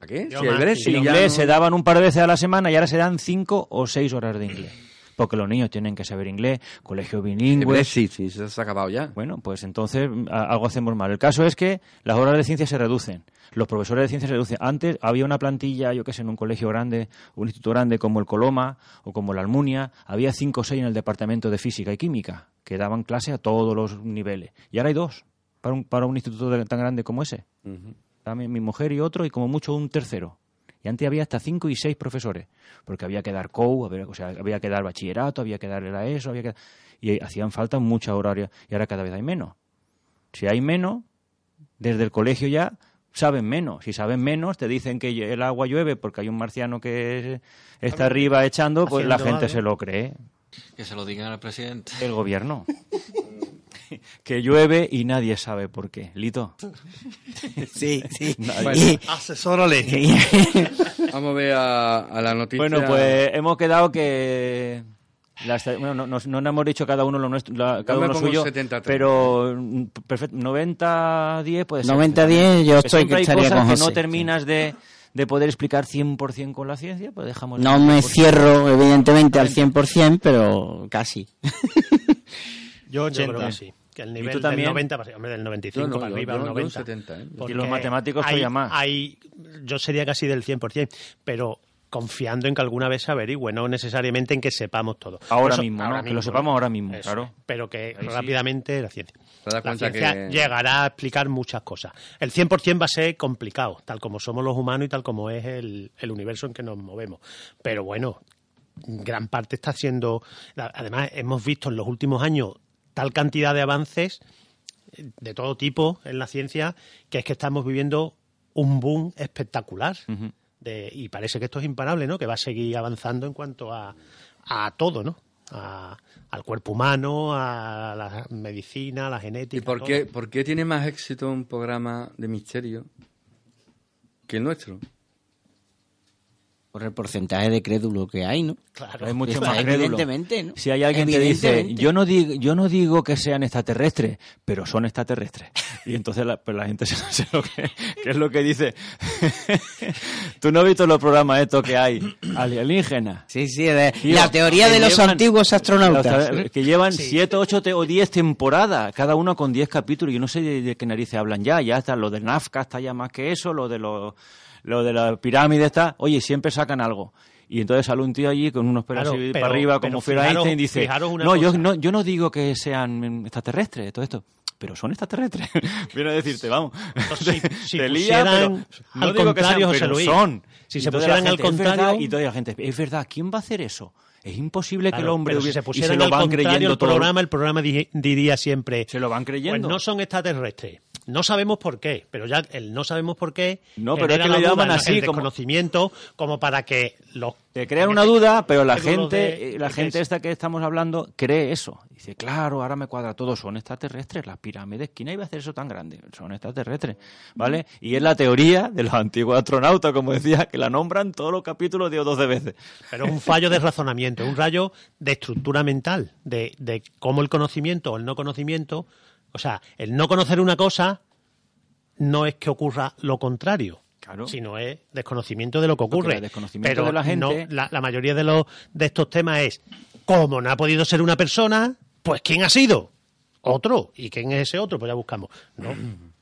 Speaker 4: ¿A qué?
Speaker 8: Yo
Speaker 4: Si el
Speaker 8: más,
Speaker 4: Brexit
Speaker 5: el
Speaker 4: ya
Speaker 5: inglés
Speaker 4: no-
Speaker 5: se daban un par de veces a la semana y ahora se dan cinco o seis horas de inglés.
Speaker 4: *clears throat*
Speaker 5: Porque los niños tienen que saber inglés, colegio
Speaker 4: El
Speaker 5: bilingüe.
Speaker 4: Brexit, sí, se ha acabado ya.
Speaker 5: Bueno, pues entonces mm, a- algo hacemos mal. El caso es que las horas de ciencia se reducen. Los profesores de ciencia se reducen. Antes había una plantilla, yo qué sé, en un colegio grande, un instituto grande como el Coloma o como la Almunia, había cinco o seis en el departamento de física y química que daban clase a todos los niveles. Y ahora hay dos para un, para un instituto de- tan grande como ese. También mi mujer y otro, y como mucho un tercero. Y antes había hasta cinco y seis profesores, porque había que dar COU, había, o sea, había que dar bachillerato, había que dar la ESO, había que... y hacían falta muchas horarios, y ahora cada vez hay menos. Si hay menos, desde el colegio ya saben menos. Si saben menos, te dicen que el agua llueve porque hay un marciano que está arriba echando, pues la
Speaker 8: Haciendo
Speaker 5: gente
Speaker 8: algo.
Speaker 5: se lo cree.
Speaker 9: Que se lo digan al presidente.
Speaker 5: El
Speaker 8: *laughs*
Speaker 5: gobierno. que llueve y nadie sabe por qué. Lito.
Speaker 10: Sí, sí.
Speaker 4: Bueno.
Speaker 8: Asesórale.
Speaker 10: Y-
Speaker 4: Vamos a ver a, a la noticia.
Speaker 5: Bueno, pues hemos quedado que. la esta- bueno, no, no- no nos hemos dicho cada uno lo nuestro, la- cada
Speaker 4: me
Speaker 5: uno
Speaker 4: pongo
Speaker 5: suyo,
Speaker 4: 70-30.
Speaker 5: pero mm, perfecto, 90-10 puede ser.
Speaker 10: 90-10, yo
Speaker 5: Que
Speaker 10: estoy-
Speaker 5: siempre hay
Speaker 10: estaría
Speaker 5: cosas
Speaker 10: con
Speaker 5: que no
Speaker 10: José,
Speaker 5: terminas de, de poder explicar 100% con la ciencia, pues dejamos...
Speaker 10: No me cierro, evidentemente, al 100%, pero casi.
Speaker 2: Yo
Speaker 8: Yo
Speaker 2: 80.
Speaker 8: creo que sí. Que el nivel
Speaker 5: tú también?
Speaker 8: del 90, para- hombre, del 95
Speaker 4: Yo no,
Speaker 8: para
Speaker 4: yo-
Speaker 8: arriba,
Speaker 4: yo-
Speaker 8: al
Speaker 4: yo un
Speaker 8: 90.
Speaker 4: 70, ¿eh?
Speaker 5: Y los matemáticos
Speaker 8: hay-
Speaker 5: todavía más.
Speaker 8: hay- yo sería casi del 100%, pero confiando en que alguna vez se averigüe, no necesariamente en que sepamos todo.
Speaker 5: Ahora
Speaker 8: Eso-
Speaker 5: mismo, ¿no? Que lo sepamos ahora mismo, claro.
Speaker 8: es. Pero que
Speaker 5: Ahí sí.
Speaker 8: rápidamente la ciencia.
Speaker 4: Te das
Speaker 8: La
Speaker 4: cuenta
Speaker 8: ciencia
Speaker 4: que-
Speaker 8: llegará a explicar muchas cosas. El 100% va a ser complicado, tal como somos los humanos y tal como es el, el universo en que nos movemos. Pero bueno, gran parte está siendo... Además, hemos visto en los últimos años tal cantidad de avances de todo tipo en la ciencia, que es que estamos viviendo un boom espectacular de- y parece que esto es imparable, ¿no? Que va a seguir avanzando en cuanto a, a todo, ¿no? A- al cuerpo humano, a la medicina, a la genética.
Speaker 4: ¿Y por
Speaker 8: todo.
Speaker 4: qué, por qué tiene más éxito un programa de misterio que el nuestro?
Speaker 10: Por el porcentaje de crédulo que hay, ¿no?
Speaker 8: Claro.
Speaker 5: Hay mucho
Speaker 10: Está,
Speaker 5: más crédulo.
Speaker 10: Evidentemente, ¿no?
Speaker 5: Si hay alguien que dice,
Speaker 10: Evidentemente.
Speaker 5: yo no, digo, yo no digo que sean extraterrestres, pero son extraterrestres. *laughs* Y entonces la, pues la gente *laughs* se, se lo que, ¿qué es lo que dice. *laughs* Tú no has visto los programas estos que
Speaker 10: *coughs*
Speaker 5: hay, alienígenas.
Speaker 10: Sí, sí, de-
Speaker 5: Tío,
Speaker 10: la teoría
Speaker 5: que
Speaker 10: de los
Speaker 5: llevan-
Speaker 10: antiguos astronautas.
Speaker 5: Los- que llevan 7, 8 o 10 temporadas, cada uno con 10 capítulos. Yo no sé de, de qué narices hablan ya. Ya está lo de Nazca, está ya más que eso, lo de, los lo de la pirámide está. Oye, siempre sacan algo. Y entonces sale un tío allí con unos pelos
Speaker 8: Claro,
Speaker 5: así
Speaker 8: pero-
Speaker 5: para arriba,
Speaker 8: pero
Speaker 5: como fuera
Speaker 8: fijaros-
Speaker 5: Einstein, y dice:
Speaker 8: fijaros una
Speaker 5: No, yo
Speaker 8: cosa".
Speaker 5: no, yo no digo que sean extraterrestres, todo esto. Pero son extraterrestres. *laughs* Viene a decirte, vamos.
Speaker 8: Si- si
Speaker 5: *laughs* te lía, pero
Speaker 8: pusieran
Speaker 5: no
Speaker 8: al
Speaker 5: digo que sean,
Speaker 8: contrario, José
Speaker 5: pero
Speaker 8: Luis,
Speaker 5: son.
Speaker 8: si
Speaker 5: Y
Speaker 8: se
Speaker 5: toda la
Speaker 8: pusieran al
Speaker 5: gente, "Es verdad",
Speaker 8: contrario-
Speaker 5: y toda la gente, es verdad, ¿quién va a hacer eso? Es imposible que el
Speaker 8: Claro,
Speaker 5: hombre
Speaker 8: pero
Speaker 5: hubiera-
Speaker 8: si se
Speaker 5: y se
Speaker 8: pusieran
Speaker 5: lo
Speaker 8: al
Speaker 5: van
Speaker 8: contrario
Speaker 5: creyendo
Speaker 8: el
Speaker 5: todo.
Speaker 8: programa, el programa di- diría siempre
Speaker 5: Se lo van creyendo.
Speaker 8: Pues no son extraterrestres. No sabemos por qué, pero ya el no sabemos por qué.
Speaker 5: No, pero
Speaker 8: genera
Speaker 5: es que lo
Speaker 8: la duda,
Speaker 5: llaman
Speaker 8: el-
Speaker 5: así,
Speaker 8: el
Speaker 5: como-
Speaker 8: desconocimiento, como para que los
Speaker 5: Te crean una duda, pero
Speaker 8: *laughs*
Speaker 5: la
Speaker 8: Eso es lo
Speaker 5: gente,
Speaker 8: de-
Speaker 5: eh, la
Speaker 8: de
Speaker 5: gente
Speaker 8: es-
Speaker 5: esta que estamos hablando cree eso. Dice, claro, ahora me cuadra todo, son extraterrestres, las pirámides, ¿quién iba a hacer eso tan grande? Son extraterrestres, ¿vale? Y es la teoría de los antiguos astronautas, como decía, que la nombran todos los capítulos de o 12 veces.
Speaker 8: Pero es un fallo de razonamiento, un rayo de estructura mental, de, de cómo el conocimiento o el no conocimiento, o sea, el no conocer una cosa no es que ocurra lo contrario.
Speaker 5: Claro.
Speaker 8: Sino es desconocimiento de lo que
Speaker 5: Porque
Speaker 8: ocurre.
Speaker 5: el desconocimiento
Speaker 8: Pero
Speaker 5: de la gente-
Speaker 8: no- la, la mayoría de, los, de estos temas es, como no ha podido ser una persona, pues ¿quién ha sido? Otro. ¿Y quién es ese otro? Pues ya buscamos. No. Eh,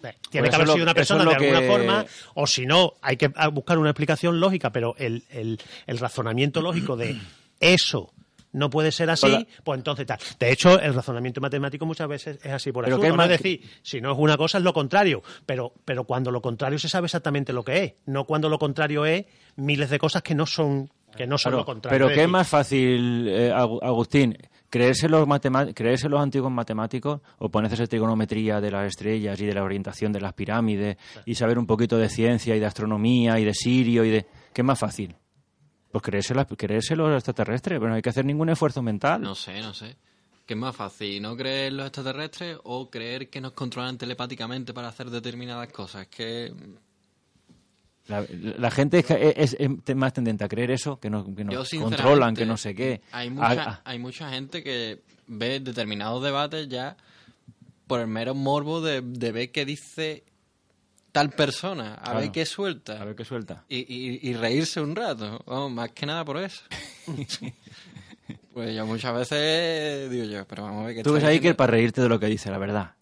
Speaker 8: Tiene
Speaker 5: Mm. Pues eso
Speaker 8: que haber
Speaker 5: lo-
Speaker 8: sido una
Speaker 5: eso es
Speaker 8: persona de
Speaker 5: lo
Speaker 8: alguna
Speaker 5: que-
Speaker 8: forma, o si no, hay que a- buscar una explicación lógica, pero el, el- el razonamiento lógico de eso no puede ser así,
Speaker 5: Hola.
Speaker 8: pues entonces tal. De hecho, el razonamiento matemático muchas veces es así por
Speaker 5: Pero
Speaker 8: absurdo.
Speaker 5: que es
Speaker 8: ¿no?
Speaker 5: más
Speaker 8: Es decir, si no es una cosa es lo contrario, pero, pero cuando lo contrario se sabe exactamente lo que es, no cuando lo contrario es miles de cosas que no son, que no son
Speaker 5: Claro,
Speaker 8: lo contrario.
Speaker 5: pero
Speaker 8: Es
Speaker 5: ¿qué es
Speaker 8: decir,
Speaker 5: más fácil, eh, Agu- Agustín? Creerse los, matema- creerse los antiguos matemáticos o ponerse esa trigonometría de las estrellas y de la orientación de las pirámides y saber un poquito de ciencia y de astronomía y de sirio y de... ¿Qué es más fácil? Pues creerse, las- creerse los extraterrestres, pero no hay que hacer ningún esfuerzo mental.
Speaker 9: No sé, no sé. ¿Qué es más fácil? ¿No creer en los extraterrestres o creer que nos controlan telepáticamente para hacer determinadas cosas? Es que
Speaker 5: La, la gente es, que- es- es- es más tendente a creer eso, que nos, que nos
Speaker 9: yo sinceramente...
Speaker 5: controlan, que no sé qué.
Speaker 9: Hay
Speaker 5: Ah,
Speaker 9: mucha,
Speaker 5: ah,
Speaker 9: hay mucha gente que ve determinados debates ya por el mero morbo de, de ver qué dice tal persona, a
Speaker 5: Claro.
Speaker 9: ver qué suelta.
Speaker 5: a ver qué suelta.
Speaker 9: Y, y- y reírse un rato, vamos, más que nada
Speaker 5: *laughs*
Speaker 9: por eso. pues yo muchas veces digo yo, pero vamos a ver qué
Speaker 5: Tú ves
Speaker 9: está
Speaker 5: ahí que es
Speaker 9: diciendo.
Speaker 5: para reírte de lo que dice, la verdad.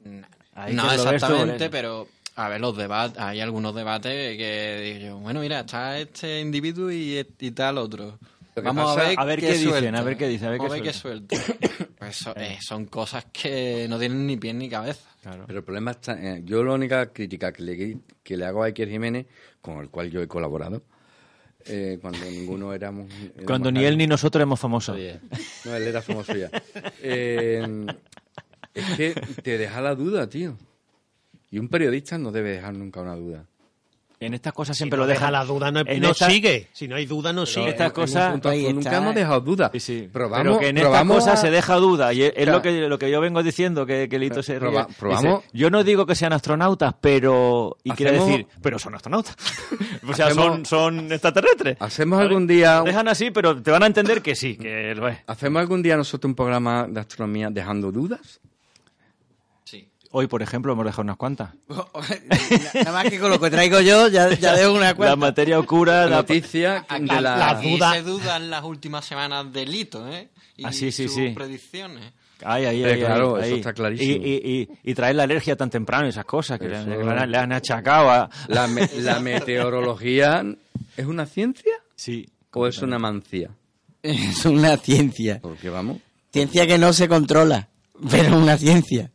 Speaker 5: Ahí
Speaker 9: No
Speaker 5: que lo ves tú,
Speaker 9: exactamente,
Speaker 5: Belén.
Speaker 9: pero a ver, los debates, hay algunos debates que digo yo, bueno, mira, está este individuo y, et- y tal otro.
Speaker 4: Lo que
Speaker 9: Vamos
Speaker 4: pasa-
Speaker 9: a ver,
Speaker 5: a ver qué dicen, a ver qué dicen, a ver
Speaker 9: Vamos
Speaker 5: qué
Speaker 9: suelta. Pues eso, eh, son cosas que no tienen ni pie ni cabeza.
Speaker 5: Claro.
Speaker 4: Pero el problema está. eh, yo la única crítica que le, que le hago a Iker Jiménez, con el cual yo he colaborado, eh, cuando ninguno éramos. éramos
Speaker 5: Cuando ni
Speaker 4: nadie.
Speaker 5: él ni nosotros hemos famosos.
Speaker 9: Oye,
Speaker 4: No, él era famoso ya. Eh, es que te deja la duda, tío. Y un periodista no debe dejar nunca una duda.
Speaker 5: En estas cosas
Speaker 8: si
Speaker 5: siempre
Speaker 8: no
Speaker 5: lo deja
Speaker 8: deja la duda, no,
Speaker 5: en
Speaker 8: no
Speaker 5: esta-
Speaker 8: sigue. Si no hay duda, no sigue.
Speaker 5: esta- Estas
Speaker 4: En- en un
Speaker 5: cosas-
Speaker 4: punto
Speaker 10: ahí
Speaker 4: azul nunca
Speaker 10: está.
Speaker 4: hemos dejado duda.
Speaker 5: Sí, sí.
Speaker 4: Probamos,
Speaker 5: Pero que en estas
Speaker 4: probamos
Speaker 5: cosas
Speaker 4: a-
Speaker 5: se deja duda. Y es, es
Speaker 4: Claro.
Speaker 5: lo, que, lo que yo vengo diciendo, que, que Lito se ríe.
Speaker 4: Proba-
Speaker 5: Dice,
Speaker 4: probamos-
Speaker 5: yo no digo que sean astronautas, pero... Y quiere
Speaker 4: Hacemos-
Speaker 5: decir, pero son astronautas.
Speaker 3: *laughs*
Speaker 5: o sea, son,
Speaker 4: Hacemos-
Speaker 5: son extraterrestres.
Speaker 4: Hacemos algún día.
Speaker 5: Lo Dejan así, pero te van a entender que sí, que
Speaker 4: Mm.
Speaker 5: lo es.
Speaker 4: ¿Hacemos algún día nosotros un programa de astronomía dejando dudas?
Speaker 9: sí.
Speaker 5: Hoy, por ejemplo, hemos dejado unas cuantas.
Speaker 10: Nada más que con lo que traigo yo ya,
Speaker 9: *laughs*
Speaker 10: ya dejo una
Speaker 5: La
Speaker 10: cuenta.
Speaker 5: materia oscura, la...
Speaker 4: noticia de la...
Speaker 8: la
Speaker 9: Y
Speaker 8: duda-
Speaker 9: se dudan las últimas semanas de Lito, ¿eh? Y
Speaker 5: Ah, sí, sí,
Speaker 9: sus
Speaker 5: sí.
Speaker 9: predicciones.
Speaker 5: Ay, ay,
Speaker 4: Hombre,
Speaker 5: ay,
Speaker 4: claro,
Speaker 5: ay,
Speaker 4: eso
Speaker 5: ay.
Speaker 4: está clarísimo.
Speaker 5: Y, y, y, y traer la alergia tan temprano y esas cosas que le-
Speaker 4: Eso-
Speaker 5: le, han- le han achacado a...
Speaker 4: La, me- la meteorología es una ciencia
Speaker 5: Sí.
Speaker 4: o es una mancía?
Speaker 10: Es una ciencia.
Speaker 4: Porque vamos,
Speaker 10: Ciencia que no se controla, pero una ciencia.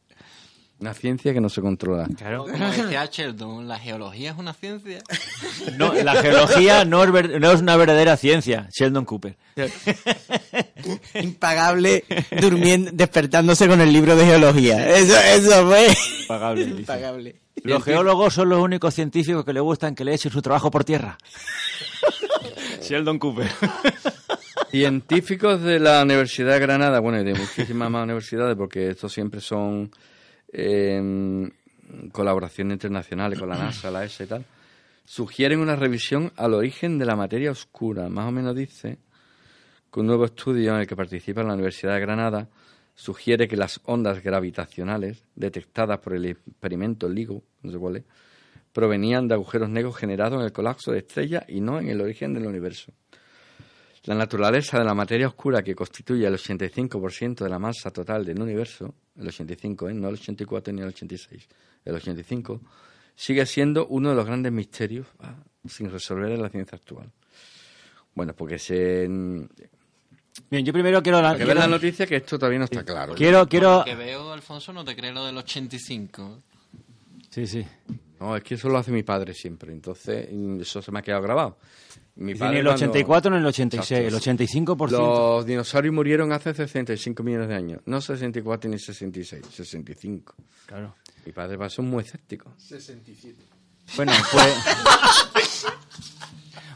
Speaker 4: una ciencia que no se controla.
Speaker 5: Claro.
Speaker 9: Como decía Sheldon, la geología es una ciencia.
Speaker 5: No, la geología no es, ver- no es una verdadera ciencia, Sheldon Cooper.
Speaker 10: Impagable durmiendo, despertándose con el libro de geología. Eso, eso fue.
Speaker 5: Impagable. dice.
Speaker 10: Impagable.
Speaker 5: Los geólogos son los únicos científicos que le gustan que le echen su trabajo por tierra. *laughs* Sheldon Cooper.
Speaker 4: Científicos de la Universidad de Granada, bueno, y de muchísimas más universidades, porque esto siempre son eh, colaboraciones internacionales con la NASA, la ESA y tal, sugieren una revisión al origen de la materia oscura. Más o menos dice que un nuevo estudio en el que participa la Universidad de Granada sugiere que las ondas gravitacionales detectadas por el experimento LIGO, no sé cuál es, provenían de agujeros negros generados en el colapso de estrellas y no en el origen del universo. La naturaleza de la materia oscura que constituye el 85% de la masa total del universo, el 85, ¿eh? no el 84 ni el 86, el 85, sigue siendo uno de los grandes misterios ah, sin resolver de la ciencia actual. Bueno, porque se...
Speaker 5: Bien, yo primero quiero... la-
Speaker 4: Hay que ver la
Speaker 5: quiero-
Speaker 4: noticia que esto todavía no está claro.
Speaker 5: Quiero, quiero...
Speaker 9: Que veo, Alfonso, no te crees lo del 85.
Speaker 5: Sí, sí.
Speaker 4: No, es que eso lo hace mi padre siempre, entonces mm, eso se me ha quedado grabado. Mi
Speaker 5: Ni en
Speaker 4: padre
Speaker 5: el
Speaker 4: cuando-
Speaker 5: 84 ni en el 86, el
Speaker 4: Exacto.
Speaker 5: 85%.
Speaker 4: Los dinosaurios murieron hace 65 millones de años, no 64 ni 66, 65.
Speaker 5: Claro.
Speaker 4: Mi padre va a ser muy escéptico.
Speaker 5: Bueno, pues... *laughs*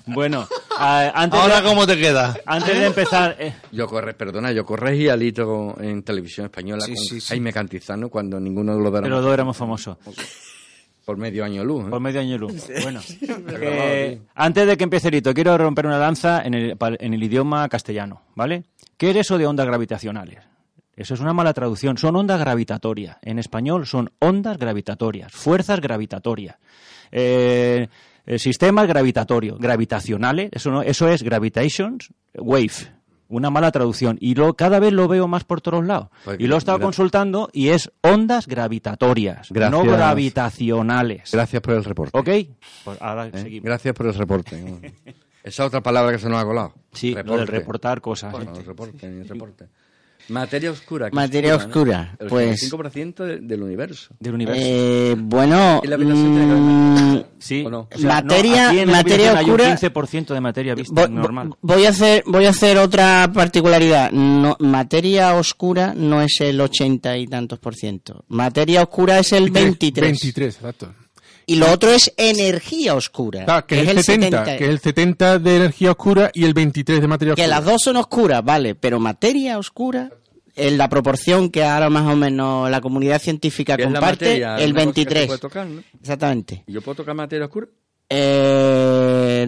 Speaker 5: bueno, a- antes,
Speaker 3: Ahora,
Speaker 5: de,
Speaker 3: ¿cómo te queda?
Speaker 5: antes de empezar... eh,
Speaker 4: Yo corre, perdona, yo corregí a Lito en televisión española
Speaker 3: Sí,
Speaker 4: con
Speaker 3: sí, sí.
Speaker 4: Jaime Cantizano cuando ninguno lo
Speaker 5: pero los
Speaker 4: verá
Speaker 5: dos éramos famosos.
Speaker 4: por medio año luz. ¿eh?
Speaker 5: Por Pues medio año luz.
Speaker 4: *laughs*
Speaker 5: Bueno, que- antes de que empiece el hito, quiero romper una lanza en el, pa- en el idioma castellano, ¿vale? ¿Qué es eso de ondas gravitacionales? Eso es una mala traducción. Son ondas gravitatorias. En español son ondas gravitatorias, fuerzas gravitatorias, eh, eh, sistemas gravitatorios, gravitacionales. Eso, no, eso es gravitations, wave. Una mala traducción. Y lo, cada vez lo veo más por todos lados.
Speaker 4: Pues
Speaker 5: y lo he estado
Speaker 4: gra-
Speaker 5: consultando y es ondas gravitatorias, no
Speaker 4: Gracias.
Speaker 5: gravitacionales.
Speaker 4: Gracias por el reporte.
Speaker 5: ¿Ok? Pues ahora
Speaker 4: ¿eh?
Speaker 5: seguimos.
Speaker 4: Gracias por el reporte. Esa otra palabra que se nos ha colado.
Speaker 5: Sí, lo del reportar cosas. eh,
Speaker 4: Bueno, el reporte, el reporte. Materia oscura. ¿qué
Speaker 10: Materia
Speaker 4: es oscura,
Speaker 10: oscura,
Speaker 4: ¿no?
Speaker 10: pues-
Speaker 4: El 85% de- del universo.
Speaker 5: Del universo.
Speaker 10: Eh, bueno,
Speaker 4: ¿Y la habitación tiene que ver
Speaker 10: mm,
Speaker 5: sí.
Speaker 4: ¿o no?
Speaker 5: O sea,
Speaker 10: materia-
Speaker 5: aquí en la
Speaker 10: materia
Speaker 5: habitación
Speaker 10: oscura-
Speaker 5: Hay un 15% de materia vista,
Speaker 10: Voy,
Speaker 5: normal.
Speaker 10: vo- voy a hacer voy a hacer otra particularidad. No, materia oscura no es el 80 y tantos por ciento. Materia oscura es el 23.
Speaker 7: 23, exacto.
Speaker 10: Y lo otro es energía oscura.
Speaker 4: Ah,
Speaker 7: Claro, que es el 70, que es el 70 de energía oscura y el 23 de materia
Speaker 10: Que
Speaker 7: oscura.
Speaker 10: las dos son oscuras, vale, pero materia oscura en la proporción que ahora más o menos la comunidad científica
Speaker 4: Que es la
Speaker 10: comparte,
Speaker 4: materia, una
Speaker 10: el
Speaker 4: cosa que se
Speaker 10: 23.
Speaker 4: puede tocar, ¿no?
Speaker 10: Exactamente.
Speaker 4: ¿Y yo puedo tocar materia oscura?
Speaker 10: Eh,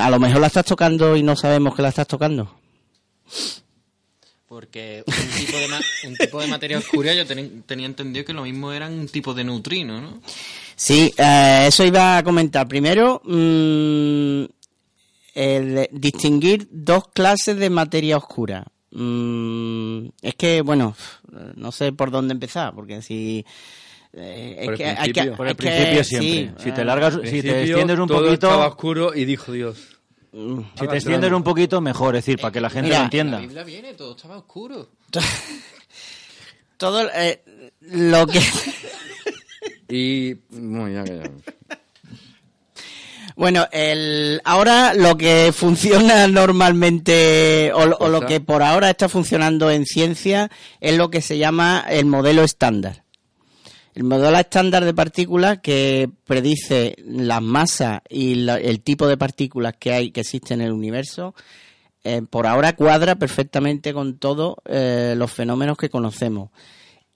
Speaker 10: a lo mejor la estás tocando y no sabemos que la estás tocando.
Speaker 9: Porque un tipo de, ma- un tipo de materia oscura yo teni- tenía entendido que lo mismo eran un tipo de neutrino, ¿no?
Speaker 10: Sí, eh, eso iba a comentar. Primero, mm, el distinguir dos clases de materia oscura. Mm, es que, bueno, no sé por dónde empezar, porque si... eh, es
Speaker 4: Por el
Speaker 10: que hay que-
Speaker 4: principio.
Speaker 10: hay
Speaker 5: Por el
Speaker 10: que-
Speaker 5: principio
Speaker 10: sí,
Speaker 5: siempre. si te
Speaker 10: eh,
Speaker 5: largas, si
Speaker 4: principio,
Speaker 5: te extiendes un
Speaker 4: todo Estaba
Speaker 5: poquito,
Speaker 4: oscuro y dijo Dios.
Speaker 5: si te extiendes un poquito mejor, es decir, para que la gente lo
Speaker 10: Mira,
Speaker 9: La
Speaker 5: entienda.
Speaker 9: Biblia viene, todo estaba oscuro.
Speaker 10: Todo eh, lo que...
Speaker 4: Y. Bueno, ya, ya.
Speaker 10: Bueno, el, ahora lo que funciona *laughs* normalmente, o, lo- o lo
Speaker 4: Cosa.
Speaker 10: que por ahora está funcionando en ciencia, es lo que se llama el modelo estándar. El modelo estándar de partículas que predice las masas y la- el tipo de partículas que hay, que existen en el universo, eh, por ahora cuadra perfectamente con todos eh, los fenómenos que conocemos.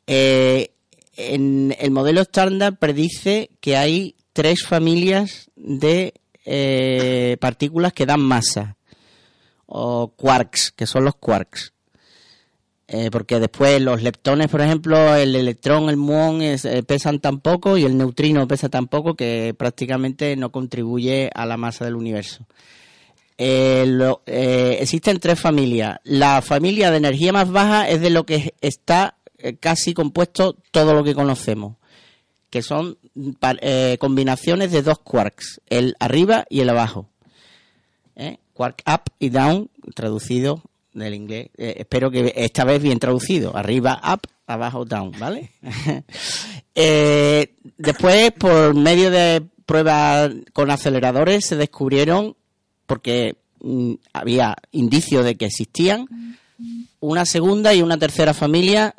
Speaker 10: Eh, en el modelo estándar predice que hay tres familias de eh, partículas que dan masa, o quarks, que son los quarks. Eh, porque después los leptones, por ejemplo, el electrón, el muón es- eh, pesan tan poco y el neutrino pesa tan poco que prácticamente no contribuye a la masa del universo. Eh, lo- eh, existen tres familias. La familia de energía más baja es de lo que está eh, casi compuesto todo lo que conocemos, que son par- eh, combinaciones de dos quarks, el arriba y el abajo. ¿Eh? Quark up y down, traducido del inglés. eh, espero que esta vez bien traducido. Arriba up, abajo down, ¿vale? *laughs* Eh, después, por medio de pruebas con aceleradores, se descubrieron porque mm, había indicios de que existían, una segunda y una tercera familia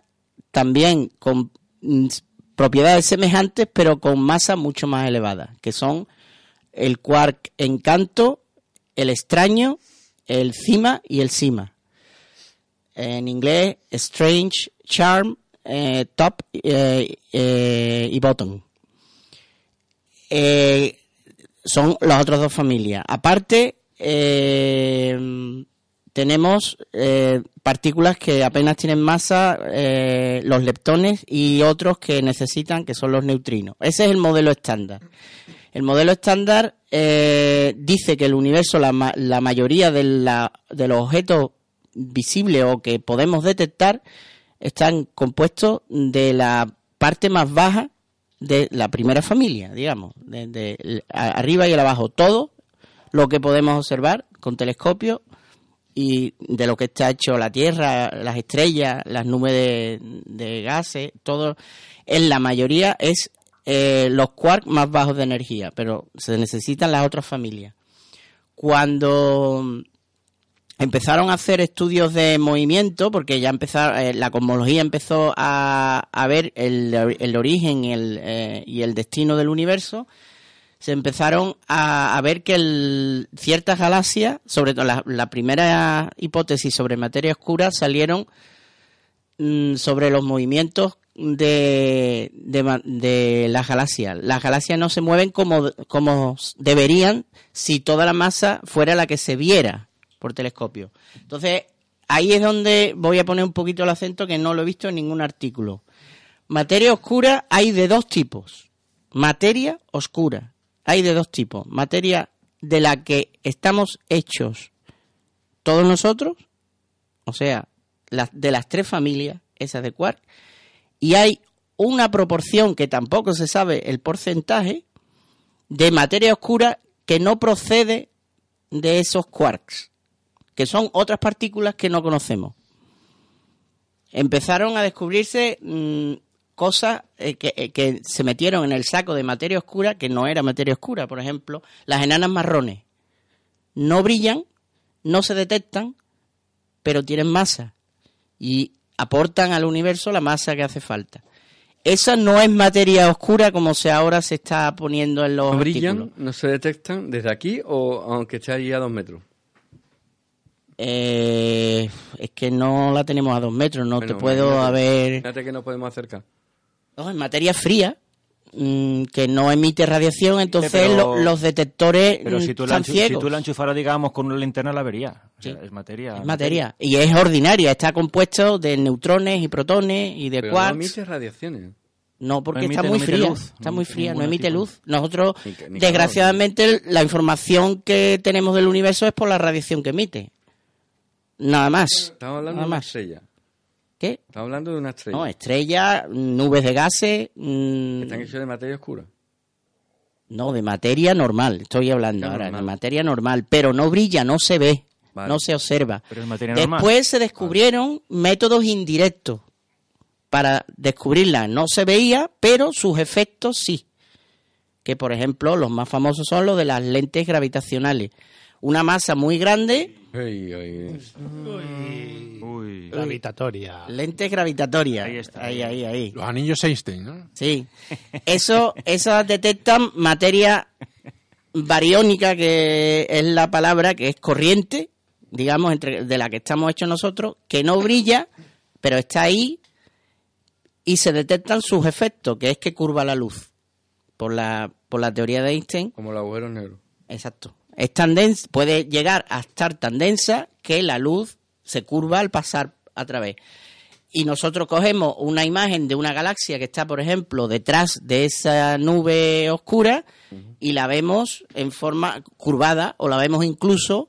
Speaker 10: también con mm, propiedades semejantes, pero con masa mucho más elevada, que son el quark encanto, el extraño, el cima y el cima. En inglés, strange, charm, eh, top eh, eh, y bottom. Eh, son las otras dos familias. Aparte, eh, tenemos eh, partículas que apenas tienen masa, eh, los leptones y otros que necesitan, que son los neutrinos. Ese es el modelo estándar. El modelo estándar eh, dice que el universo, la, ma- la mayoría de, la- de los objetos visibles o que podemos detectar, están compuestos de la parte más baja de la primera familia, digamos, de, de el- a- arriba y el abajo. Todo lo que podemos observar con telescopio y de lo que está hecho la Tierra, las estrellas, las nubes de, de gases, todo, en la mayoría es eh, los quarks más bajos de energía, pero se necesitan las otras familias. Cuando mm, empezaron a hacer estudios de movimiento, porque ya empezaron, eh, la cosmología empezó a, a ver el, el origen y el, eh, y el destino del universo, se empezaron a, a ver que el- ciertas galaxias, sobre todo la, la primera hipótesis sobre materia oscura, salieron mm, sobre los movimientos de, de, ma- de las galaxias. Las galaxias no se mueven como, como s- deberían si toda la masa fuera la que se viera por telescopio. Entonces, ahí es donde voy a poner un poquito el acento que no lo he visto en ningún artículo. Materia oscura hay de dos tipos. Materia oscura. Hay de dos tipos. Materia de la que estamos hechos todos nosotros, o sea, las de las tres familias, esas de quark, y hay una proporción que tampoco se sabe el porcentaje de materia oscura que no procede de esos quarks, que son otras partículas que no conocemos empezaron a descubrirse mm, cosas eh, que, eh, que se metieron en el saco de materia oscura que no era materia oscura. Por ejemplo, las enanas marrones no brillan, no se detectan, pero tienen masa y aportan al universo la masa que hace falta. Esa no es materia oscura como se ahora se está poniendo en los
Speaker 4: ¿No brillan?
Speaker 10: artículos.
Speaker 4: ¿No se detectan desde aquí o aunque esté allí a dos metros?
Speaker 10: Eh, es que no la tenemos a dos metros, no
Speaker 4: Bueno,
Speaker 10: te puedo
Speaker 4: imagínate-
Speaker 10: haber...
Speaker 4: Imagínate que nos podemos acercar.
Speaker 10: No, en materia fría, mm, que no emite radiación, entonces
Speaker 5: pero-
Speaker 10: lo- los detectores
Speaker 5: Pero
Speaker 10: mm,
Speaker 5: si tú, la,
Speaker 10: están
Speaker 5: enchu- si
Speaker 10: ciegos.
Speaker 5: tú la enchufaras, digamos, con una linterna, la vería. O sea, es materia.
Speaker 10: Es materia. Y es ordinaria, está compuesto de neutrones y protones y de
Speaker 4: Pero no
Speaker 10: quarks. No,
Speaker 4: emite radiaciones.
Speaker 10: porque
Speaker 5: no emite-
Speaker 10: está
Speaker 5: no
Speaker 10: muy
Speaker 5: emite
Speaker 10: fría.
Speaker 5: luz,
Speaker 10: está muy
Speaker 5: ni-
Speaker 10: fría, no
Speaker 5: ningún
Speaker 10: emite
Speaker 5: tipo.
Speaker 10: luz. Nosotros,
Speaker 4: Ni ca- ni calor.
Speaker 10: desgraciadamente, la información que tenemos del universo es por la radiación que emite. Nada más.
Speaker 4: Estamos hablando
Speaker 10: Nada
Speaker 4: de una
Speaker 10: más.
Speaker 4: estrella.
Speaker 10: ¿Qué?
Speaker 4: Estamos hablando de una estrella.
Speaker 10: No, estrellas, nubes de gases. mm,
Speaker 4: que Están hechos de materia oscura.
Speaker 10: No, de materia normal, estoy hablando
Speaker 4: Ah,
Speaker 10: ahora, de
Speaker 4: normal.
Speaker 10: materia normal, pero no brilla, no se ve,
Speaker 4: Vale.
Speaker 10: no se observa.
Speaker 5: Pero es materia normal.
Speaker 10: Después se descubrieron métodos indirectos para descubrirla. No se veía, pero sus efectos sí. Que por ejemplo, los más famosos son los de las lentes gravitacionales. Una masa muy grande,
Speaker 4: Ay, ay,
Speaker 5: Uy.
Speaker 8: Gravitatoria.
Speaker 10: lentes gravitatorias.
Speaker 5: Ahí está.
Speaker 10: Ahí, ahí, ahí.
Speaker 7: Los anillos Einstein, ¿no?
Speaker 10: Sí. Eso, esas detectan materia bariónica, que es la palabra que es corriente, digamos, entre, de la que estamos hechos nosotros, que no brilla, pero está ahí y se detectan sus efectos, que es que curva la luz. Por la, por la teoría de Einstein,
Speaker 4: como los agujeros negros.
Speaker 10: exacto. Es tan densa, puede llegar a estar tan densa que la luz se curva al pasar a través y nosotros cogemos una imagen de una galaxia que está, por ejemplo, detrás de esa nube oscura y la vemos en forma curvada o la vemos incluso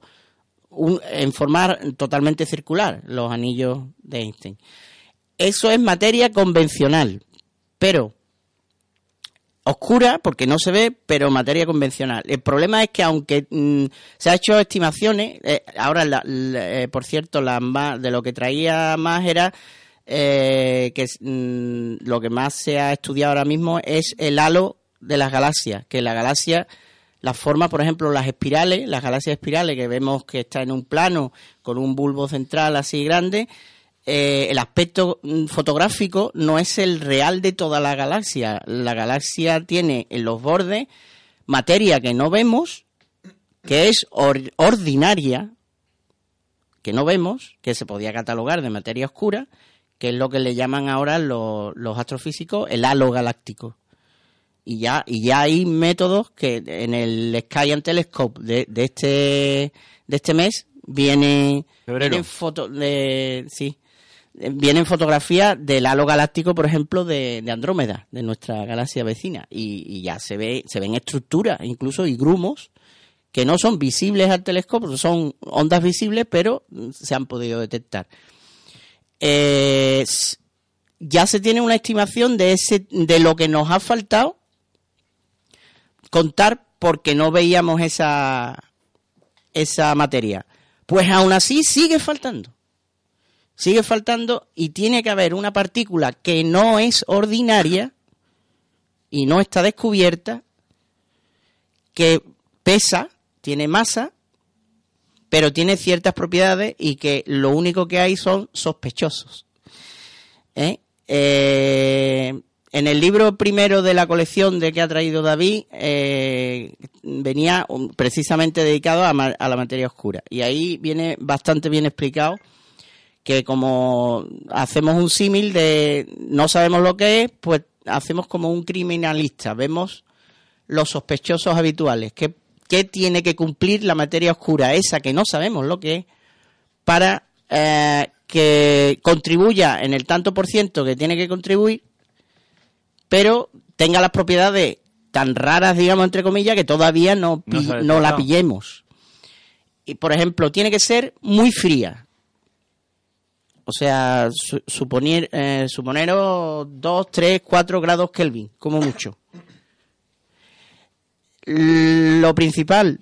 Speaker 10: un- en forma totalmente circular, los anillos de Einstein. Eso es materia convencional, pero oscura porque no se ve, pero materia convencional. El problema es que aunque mm, se ha hecho estimaciones, eh, ahora la- la- eh, por cierto, la más, de lo que traía más era eh, que es, mm, lo que más se ha estudiado ahora mismo es el halo de las galaxias, que la galaxia las forma, por ejemplo, las espirales, las galaxias espirales que vemos que está en un plano con un bulbo central así grande, eh, el aspecto mm, fotográfico no es el real de toda la galaxia. La galaxia tiene en los bordes materia que no vemos, que es or- ordinaria, que no vemos, que se podía catalogar de materia oscura, que es lo que le llaman ahora lo- los astrofísicos el halo galáctico. Y ya, y ya hay métodos que en el Sky and Telescope de, de este, de este mes viene,
Speaker 5: Febrero.
Speaker 10: vienen, foto, de, sí, eh, vienen fotografías del halo galáctico, por ejemplo, de, de Andrómeda, de nuestra galaxia vecina. Y, y ya se, ve, se ven estructuras, incluso y grumos, que no son visibles al telescopio, son ondas visibles, pero mm, se han podido detectar. Eh, s- ya se tiene una estimación de ese de lo que nos ha faltado contar porque no veíamos esa esa materia. Pues aún así sigue faltando. Sigue faltando y tiene que haber una partícula que no es ordinaria y no está descubierta que pesa, tiene masa, pero tiene ciertas propiedades y que lo único que hay son sospechosos. ¿Eh? Eh, en el libro primero de la colección de que ha traído David eh, venía um, precisamente dedicado a, ma- a la materia oscura y ahí viene bastante bien explicado que como hacemos un símil de no sabemos lo que es, pues hacemos como un criminalista, vemos los sospechosos habituales. ¿Qué, qué tiene que cumplir la materia oscura, esa que no sabemos lo que es, para eh, que contribuya en el tanto por ciento que tiene que contribuir, pero tenga las propiedades tan raras, digamos, entre comillas, que todavía no,
Speaker 5: No
Speaker 10: pi-
Speaker 5: se ha
Speaker 10: no la
Speaker 5: detectado.
Speaker 10: pillemos? Y, por ejemplo, tiene que ser muy fría. O sea, su- suponer, eh, suponeros 2, 3, 4 grados Kelvin, como mucho. Lo principal,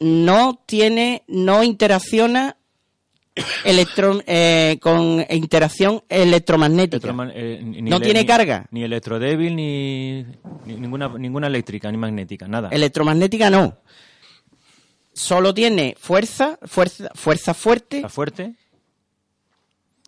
Speaker 10: no tiene, no interacciona electrón, eh, con interacción electromagnética.
Speaker 5: Electroma- eh, ni- ni
Speaker 10: No
Speaker 5: ele-
Speaker 10: tiene
Speaker 5: ni-
Speaker 10: carga.
Speaker 5: Ni electrodébil, ni, ni ninguna, ninguna eléctrica, ni magnética, nada.
Speaker 10: Electromagnética no. Solo tiene fuerza, fuerza, fuerza fuerte,
Speaker 5: la fuerte.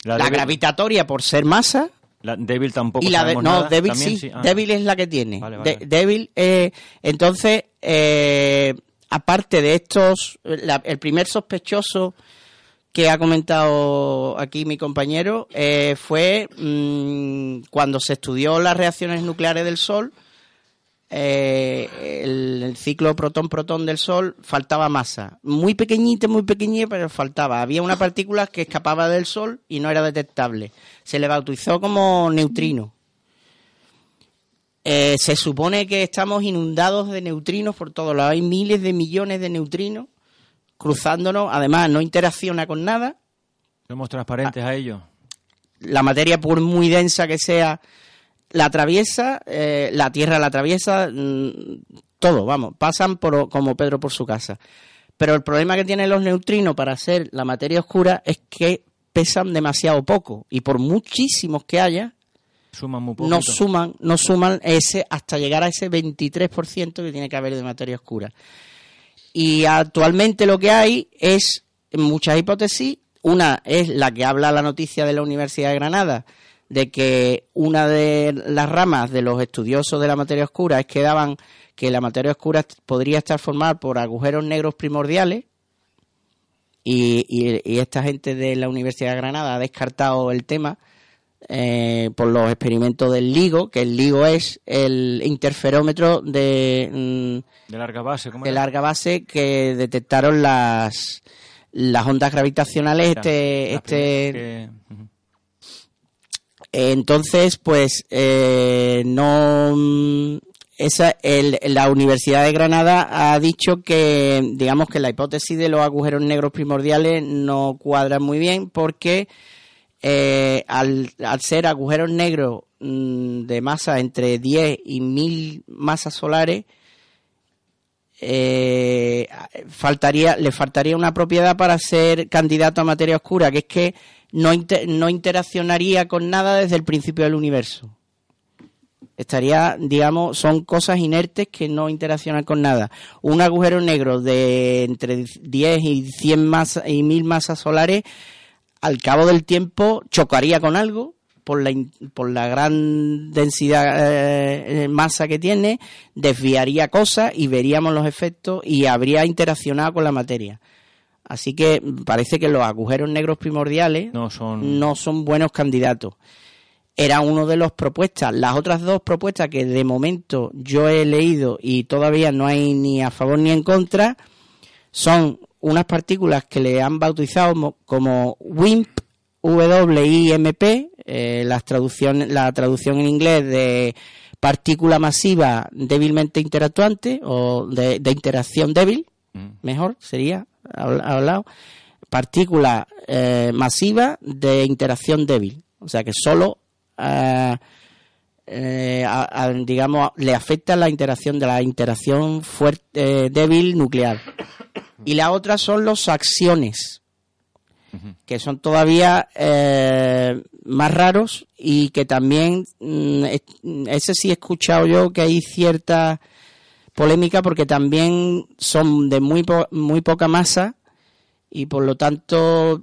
Speaker 10: la,
Speaker 5: débil-
Speaker 10: gravitatoria por ser masa.
Speaker 5: La débil tampoco.
Speaker 10: Y la de-
Speaker 5: sabemos
Speaker 10: no,
Speaker 5: nada.
Speaker 10: débil
Speaker 5: También
Speaker 10: sí,
Speaker 5: ah.
Speaker 10: débil es la que tiene.
Speaker 5: Vale, vale.
Speaker 10: De- débil, eh, entonces, eh, aparte de estos, la- el primer sospechoso que ha comentado aquí mi compañero eh, fue mm, cuando se estudió las reacciones nucleares del Sol, eh, el, el ciclo protón-protón del Sol, faltaba masa. Muy pequeñita, muy pequeñita, pero faltaba. Había una partícula que escapaba del Sol y no era detectable. Se le bautizó como neutrino. Eh, se supone que estamos inundados de neutrinos por todos lados. Hay miles de millones de neutrinos cruzándonos. Además, no interacciona con nada.
Speaker 5: Somos transparentes a ello.
Speaker 10: La materia, por muy densa que sea, la atraviesa, eh, la Tierra la atraviesa, mm, todo, vamos, pasan por, como Pedro por su casa. Pero el problema que tienen los neutrinos para hacer la materia oscura es que pesan demasiado poco y por muchísimos que haya,
Speaker 5: Suman muy poco.
Speaker 10: no suman, no suman ese hasta llegar a ese 23% que tiene que haber de materia oscura. Y actualmente lo que hay es muchas hipótesis. Una es la que habla la noticia de la Universidad de Granada, de que una de las ramas de los estudiosos de la materia oscura es que daban que la materia oscura est- podría estar formada por agujeros negros primordiales. Y, y- y esta gente de la Universidad de Granada ha descartado el tema eh, por los experimentos del LIGO, que el LIGO es el interferómetro de, mm,
Speaker 5: De larga base. ¿cómo
Speaker 10: de
Speaker 5: era?
Speaker 10: larga base que detectaron las las ondas gravitacionales
Speaker 5: Era,
Speaker 10: este
Speaker 5: las
Speaker 10: este
Speaker 5: primeras que- Ujú.
Speaker 10: entonces pues eh, no mm, esa el- la Universidad de Granada ha dicho que digamos que la hipótesis de los agujeros negros primordiales no cuadra muy bien porque eh, al, al ser agujeros negros mm, de masa entre 10 y 1000 masas solares eh, faltaría, le faltaría una propiedad para ser candidato a materia oscura, que es que no, inter- no interaccionaría con nada desde el principio del universo. Estaría, digamos, son cosas inertes que no interaccionan con nada. Un agujero negro de entre 10 y 100 masas y 1000 masas solares al cabo del tiempo chocaría con algo por la, in- por la gran densidad eh, eh, masa que tiene, desviaría cosas y veríamos los efectos y habría interaccionado con la materia. Así que mm, parece que los agujeros negros primordiales
Speaker 5: No son.
Speaker 10: no son buenos candidatos. Era uno de los propuestas. Las otras dos propuestas que de momento yo he leído y todavía no hay ni a favor ni en contra son unas partículas que le han bautizado mo- como WIMP, W-I-M-P, eh, las traducciones- la traducción en inglés de partícula masiva débilmente interactuante o de, de interacción débil, mejor sería habl- hablado, partícula eh, masiva de interacción débil. O sea que solo, ah, eh, a- a- digamos, le afecta la interacción de la interacción fuerte, eh, débil nuclear. Y la otra son los axiones, que son todavía eh, más raros y que también, mm, es- mm, ese sí he escuchado yo que hay cierta polémica porque también son de muy, po- muy poca masa y por lo tanto,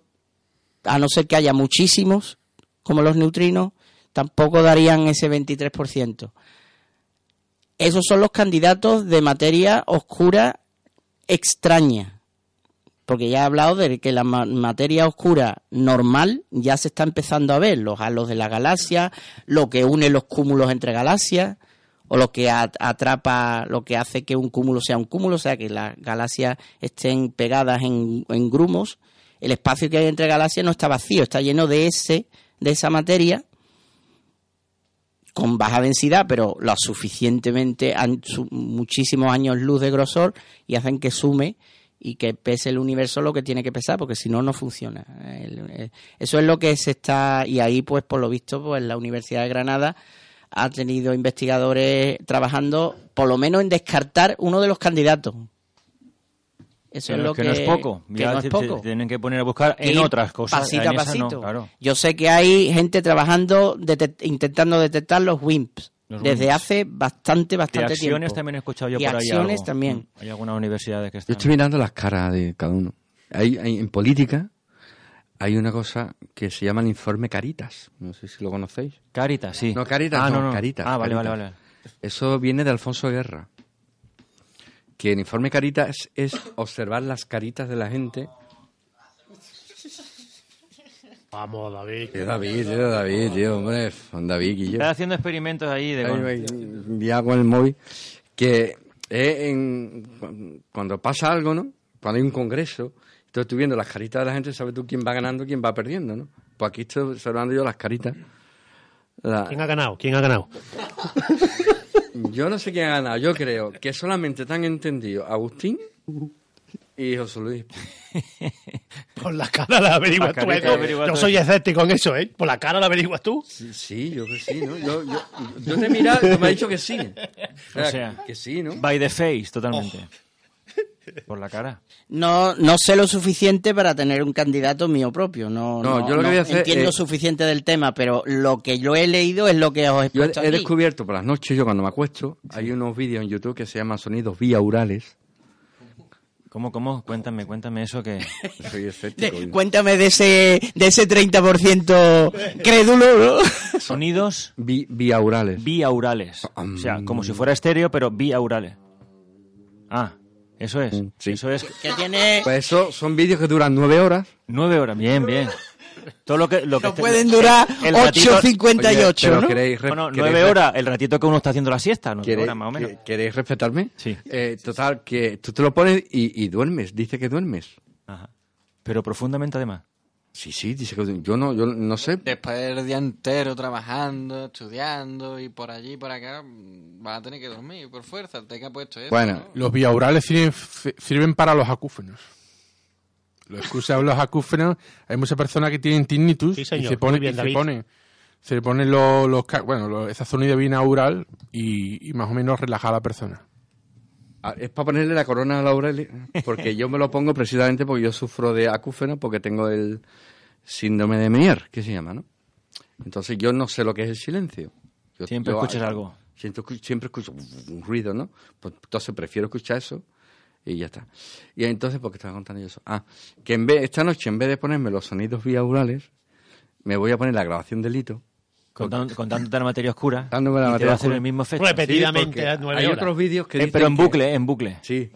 Speaker 10: a no ser que haya muchísimos, como los neutrinos, tampoco darían ese 23%. Esos son los candidatos de materia oscura extraña. Porque ya he hablado de que la ma- materia oscura normal ya se está empezando a ver, los halos de la galaxia, lo que une los cúmulos entre galaxias, o lo que at- atrapa, lo que hace que un cúmulo sea un cúmulo, o sea, que las galaxias estén pegadas en, en grumos. El espacio que hay entre galaxias no está vacío, está lleno de, ese, de esa materia con baja densidad, pero lo suficientemente, an- su- muchísimos años luz de grosor y hacen que sume y que pese el universo lo que tiene que pesar, porque si no, no funciona. El- eh, eso es lo que se está, y ahí pues por lo visto, pues la Universidad de Granada ha tenido investigadores trabajando por lo menos en descartar uno de los candidatos. Eso es
Speaker 5: Pero
Speaker 10: lo
Speaker 5: que,
Speaker 10: que,
Speaker 5: no es poco.
Speaker 10: que
Speaker 5: Ya
Speaker 10: no es
Speaker 5: se- se
Speaker 10: poco
Speaker 5: tienen que poner a buscar en
Speaker 10: ir
Speaker 5: otras cosas.
Speaker 10: Pasito
Speaker 5: en
Speaker 10: a
Speaker 5: esa no,
Speaker 10: pasito.
Speaker 5: claro.
Speaker 10: Yo sé que hay gente trabajando, detec- intentando detectar los WIMPs
Speaker 5: Los
Speaker 10: desde
Speaker 5: WIMPs.
Speaker 10: hace bastante,
Speaker 5: De
Speaker 10: bastante
Speaker 5: acciones
Speaker 10: tiempo.
Speaker 5: también he escuchado yo
Speaker 10: Y
Speaker 5: por ahí
Speaker 10: acciones
Speaker 5: algo.
Speaker 10: también.
Speaker 5: Mm. Hay algunas universidades que
Speaker 4: Yo
Speaker 5: están...
Speaker 4: estoy mirando las caras de cada uno. Hay, hay- en política hay una cosa que se llama el informe Caritas. No sé si lo conocéis.
Speaker 5: Caritas, sí.
Speaker 4: No, Caritas,
Speaker 5: ah,
Speaker 4: no,
Speaker 5: no, no.
Speaker 4: Caritas,
Speaker 5: Ah, vale,
Speaker 4: Caritas.
Speaker 5: vale, vale.
Speaker 4: Eso viene de Alfonso Guerra. Que el informe Caritas es observar las caritas de la gente.
Speaker 8: Vamos, David.
Speaker 4: Tío, David, tío, David, tío, hombre. David, Guillo.
Speaker 5: Estás haciendo experimentos ahí de... con-
Speaker 4: Ay, ay, ya con el móvil. Que eh, en- cu- cuando pasa algo, ¿no? Cuando hay un congreso, entonces tú viendo las caritas de la gente, sabes tú quién va ganando, quién va perdiendo, ¿no? Pues aquí estoy observando yo las caritas. La-
Speaker 8: ¿Quién ha ganado? ¿Quién ha ganado?
Speaker 4: yo no sé quién ha ganado, yo creo que solamente te han entendido Agustín y José Luis.
Speaker 8: Por la cara la averiguas
Speaker 5: La
Speaker 8: tú.
Speaker 5: carita
Speaker 8: ¿eh?
Speaker 5: la averiguas
Speaker 8: Yo
Speaker 5: tú.
Speaker 8: soy escéptico en eso, ¿eh? Por la cara la averiguas tú.
Speaker 4: Sí, sí, yo que sí, ¿no? Yo, yo,
Speaker 5: *laughs*
Speaker 4: yo te he mirado y tú me has dicho que sí.
Speaker 5: O sea,
Speaker 4: que sí, ¿no?
Speaker 5: By the face, totalmente.
Speaker 4: Oh.
Speaker 5: Por la cara.
Speaker 10: No, no sé lo suficiente para tener un candidato mío propio. No,
Speaker 4: No,
Speaker 10: no,
Speaker 4: yo lo que
Speaker 10: no
Speaker 4: voy a hacer
Speaker 10: entiendo
Speaker 5: eh,
Speaker 4: es-
Speaker 10: suficiente del tema, pero lo que yo he leído es lo que os he
Speaker 4: Yo he,
Speaker 10: puesto
Speaker 4: he
Speaker 10: aquí.
Speaker 4: descubierto por las noches, yo cuando me acuesto, hay unos vídeos en YouTube que se llaman sonidos biaurales.
Speaker 5: ¿Cómo, cómo? Cuéntame, cuéntame eso que... *laughs*
Speaker 4: Soy
Speaker 10: De-
Speaker 4: escéptico. y-
Speaker 10: cuéntame de ese, de ese 30% *laughs* crédulo, ¿no?
Speaker 5: Sonidos
Speaker 4: Bi- biaurales.
Speaker 5: biaurales. O
Speaker 4: Um.
Speaker 5: sea, como si fuera estéreo, pero biaurales. Ah, eso es.
Speaker 4: Mm, Sí.
Speaker 5: Eso es.
Speaker 10: que tiene...
Speaker 4: Pues eso son vídeos que duran nueve horas.
Speaker 5: Nueve horas. Bien, bien. Todo lo que... Lo que
Speaker 10: No pueden durar
Speaker 5: el ratito-
Speaker 4: Oye,
Speaker 10: 8.58,
Speaker 4: pero
Speaker 10: ¿no?
Speaker 4: queréis, re-
Speaker 5: Bueno,
Speaker 4: queréis
Speaker 5: nueve
Speaker 4: re-
Speaker 5: horas. El ratito que uno está haciendo la siesta. No,
Speaker 4: queréis-
Speaker 5: horas más o menos.
Speaker 4: que- ¿Queréis respetarme?
Speaker 5: Sí.
Speaker 4: Eh, total, que tú te lo pones y, y duermes. Dice que duermes.
Speaker 5: Ajá. Pero profundamente además.
Speaker 4: Sí, sí, dice que duermes. Yo no, yo no sé.
Speaker 5: Eh,
Speaker 9: Después del día entero trabajando, estudiando y por allí y por acá, mm, vas a tener que dormir por fuerza. Te que ha puesto eso.
Speaker 4: Bueno,
Speaker 9: ¿no?
Speaker 7: Los biaurales sirven, sirven para los acúfenos. Los excusan los acúfenos. Hay muchas personas que tienen tinnitus
Speaker 8: Sí, señor.
Speaker 7: y se ponen,
Speaker 8: Muy bien,
Speaker 7: y se
Speaker 8: David.
Speaker 7: ponen, se le ponen los, los ca- bueno, los- esa zona binaural y, y más o menos relaja a la persona.
Speaker 4: a- Ah, es para ponerle la corona a Laurel, porque yo me lo pongo precisamente porque yo sufro de acúfeno, porque tengo el síndrome de Menier, que se llama, ¿no? Entonces yo no sé lo que es el silencio. Yo-
Speaker 5: Siempre
Speaker 4: yo-
Speaker 5: escuchas algo.
Speaker 4: Siento- siempre escucho un ruido, ¿no? Pues, entonces prefiero escuchar eso Y ya está. Y entonces, ¿por qué estaba contando yo eso? Ah, que en vez, esta noche, en vez de ponerme los sonidos binaurales, me voy a poner la grabación del hito.
Speaker 5: Contando- contándote la materia *laughs* oscura.
Speaker 4: Dándome
Speaker 5: y
Speaker 4: la
Speaker 5: te
Speaker 4: materia
Speaker 5: va a hacer
Speaker 4: oscura.
Speaker 5: el mismo efecto.
Speaker 8: Repetidamente
Speaker 4: porque
Speaker 8: a nueve
Speaker 4: Hay
Speaker 8: horas.
Speaker 4: otros vídeos que
Speaker 5: Eh, pero en
Speaker 4: dicen que-
Speaker 5: bucle, en bucle.
Speaker 4: Sí.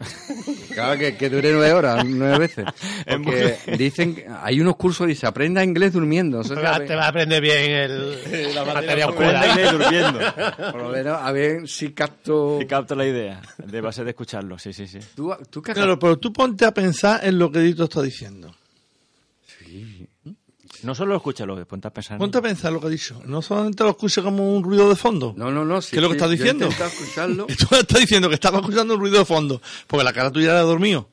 Speaker 4: Claro que, que dure nueve horas, nueve
Speaker 8: *laughs*
Speaker 4: veces.
Speaker 2: En
Speaker 4: Porque dicen, que- hay unos cursos, dice, aprenda inglés durmiendo. Eso
Speaker 8: Te
Speaker 4: se
Speaker 8: va-
Speaker 4: aprende.
Speaker 8: te vas a aprender bien el, la
Speaker 2: Aprende
Speaker 8: materia oscura.
Speaker 3: *laughs*
Speaker 2: inglés durmiendo.
Speaker 4: Por lo menos, a ver si capto...
Speaker 5: Y capto la idea. De base de escucharlo, sí, sí, sí.
Speaker 4: ¿Tú, tú que-
Speaker 3: Claro, pero tú ponte a pensar en lo que Dito está diciendo.
Speaker 5: No solo escúchalo, que ponte a pensar. en
Speaker 3: Ponte a
Speaker 5: ello.
Speaker 3: pensar lo que ha dicho. No solamente lo escuches como un ruido de fondo.
Speaker 4: No, no, no. sí,
Speaker 3: ¿Qué es lo que
Speaker 4: sí,
Speaker 3: estás
Speaker 4: yo he
Speaker 3: diciendo?
Speaker 4: intentado
Speaker 3: *laughs*
Speaker 4: escucharlo.
Speaker 3: Y tú me estás diciendo que estaba escuchando un ruido de fondo. Porque la cara tuya era de dormido.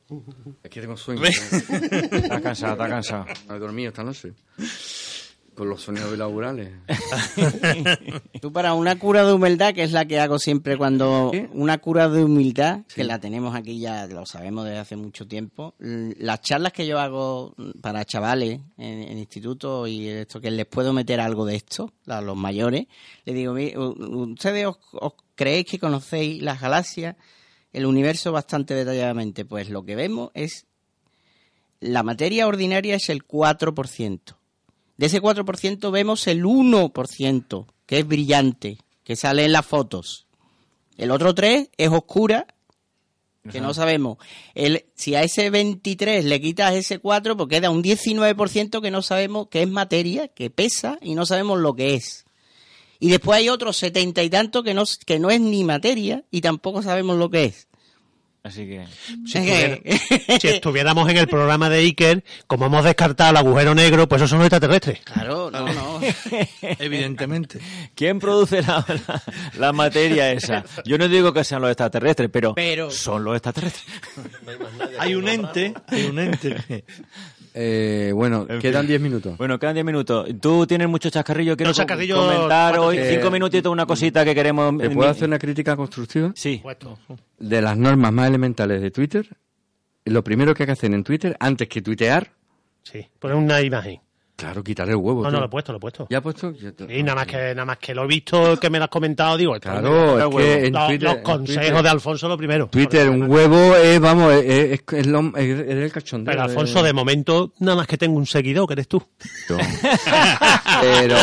Speaker 4: Es que
Speaker 8: *laughs*
Speaker 4: tengo sueño.
Speaker 5: Está cansado, está cansado.
Speaker 4: No he dormido esta noche. Con los sonidos bilaborales.
Speaker 10: Tú para una cura de humildad, que es la que hago siempre cuando...
Speaker 4: ¿Qué?
Speaker 10: Una cura de humildad, que la tenemos aquí ya, lo sabemos desde hace mucho tiempo. l- Las charlas que yo hago mm, para chavales en, en instituto y esto, que les puedo meter algo de esto, a los mayores, les digo, "Mi- u- ¿ustedes os, os creéis que conocéis las galaxias, el universo bastante detalladamente? Pues lo que vemos es... La materia ordinaria es el 4%. De ese 4% vemos el 1%, que es brillante, que sale en las fotos. El otro 3 es oscura, que no sabemos. El, si a ese 23 le quitas ese 4, pues queda un 19% que no sabemos que es materia, que pesa y no sabemos lo que es. Y después hay otros setenta y tanto que no, que no es ni materia y tampoco sabemos lo que es.
Speaker 5: Así que.
Speaker 8: Si,
Speaker 10: Es que-
Speaker 8: estuviera- si estuviéramos en el programa de Iker, como hemos descartado el agujero negro, pues esos son extraterrestres.
Speaker 10: Claro, no, no.
Speaker 4: *laughs*
Speaker 3: Evidentemente.
Speaker 5: ¿Quién produce la, la- la materia esa? Yo no digo que sean los extraterrestres, pero,
Speaker 10: Pero-
Speaker 5: son los extraterrestres.
Speaker 3: Hay un ente, hay un ente que-
Speaker 4: Eh, bueno,
Speaker 5: En
Speaker 4: quedan
Speaker 5: fin.
Speaker 4: 10 minutos.
Speaker 5: Bueno, quedan 10 minutos. Tú tienes mucho chascarrillo. Quiero
Speaker 8: No, chascarrillo,
Speaker 5: comentar
Speaker 8: cuatro,
Speaker 5: hoy
Speaker 8: cinco.
Speaker 5: 5
Speaker 4: Eh,
Speaker 5: minutitos una cosita que queremos.
Speaker 4: ¿Te puedo hacer una crítica constructiva?
Speaker 5: Sí.
Speaker 4: De las normas más elementales de Twitter. Lo primero que hay que hacer en Twitter, antes que tuitear,
Speaker 8: Sí, poner una imagen.
Speaker 4: claro, quitar el huevo.
Speaker 8: No,
Speaker 4: tío.
Speaker 8: no, lo he puesto, lo he puesto.
Speaker 4: ¿Ya has puesto? Yo te- Ah,
Speaker 8: Y nada más que nada más que lo he visto, que me lo has comentado, digo, esto es
Speaker 4: Claro, es
Speaker 8: un
Speaker 4: que en
Speaker 8: Los-
Speaker 4: Twitter-
Speaker 8: los
Speaker 4: en
Speaker 8: consejos
Speaker 4: Twitter-
Speaker 8: de Alfonso lo primero.
Speaker 4: Twitter, un huevo, es, vamos, es, es- es lo- es- es el cachondeo.
Speaker 8: Pero Alfonso, de momento, nada más que tengo un seguidor, que eres tú.
Speaker 5: *laughs*
Speaker 4: Pero...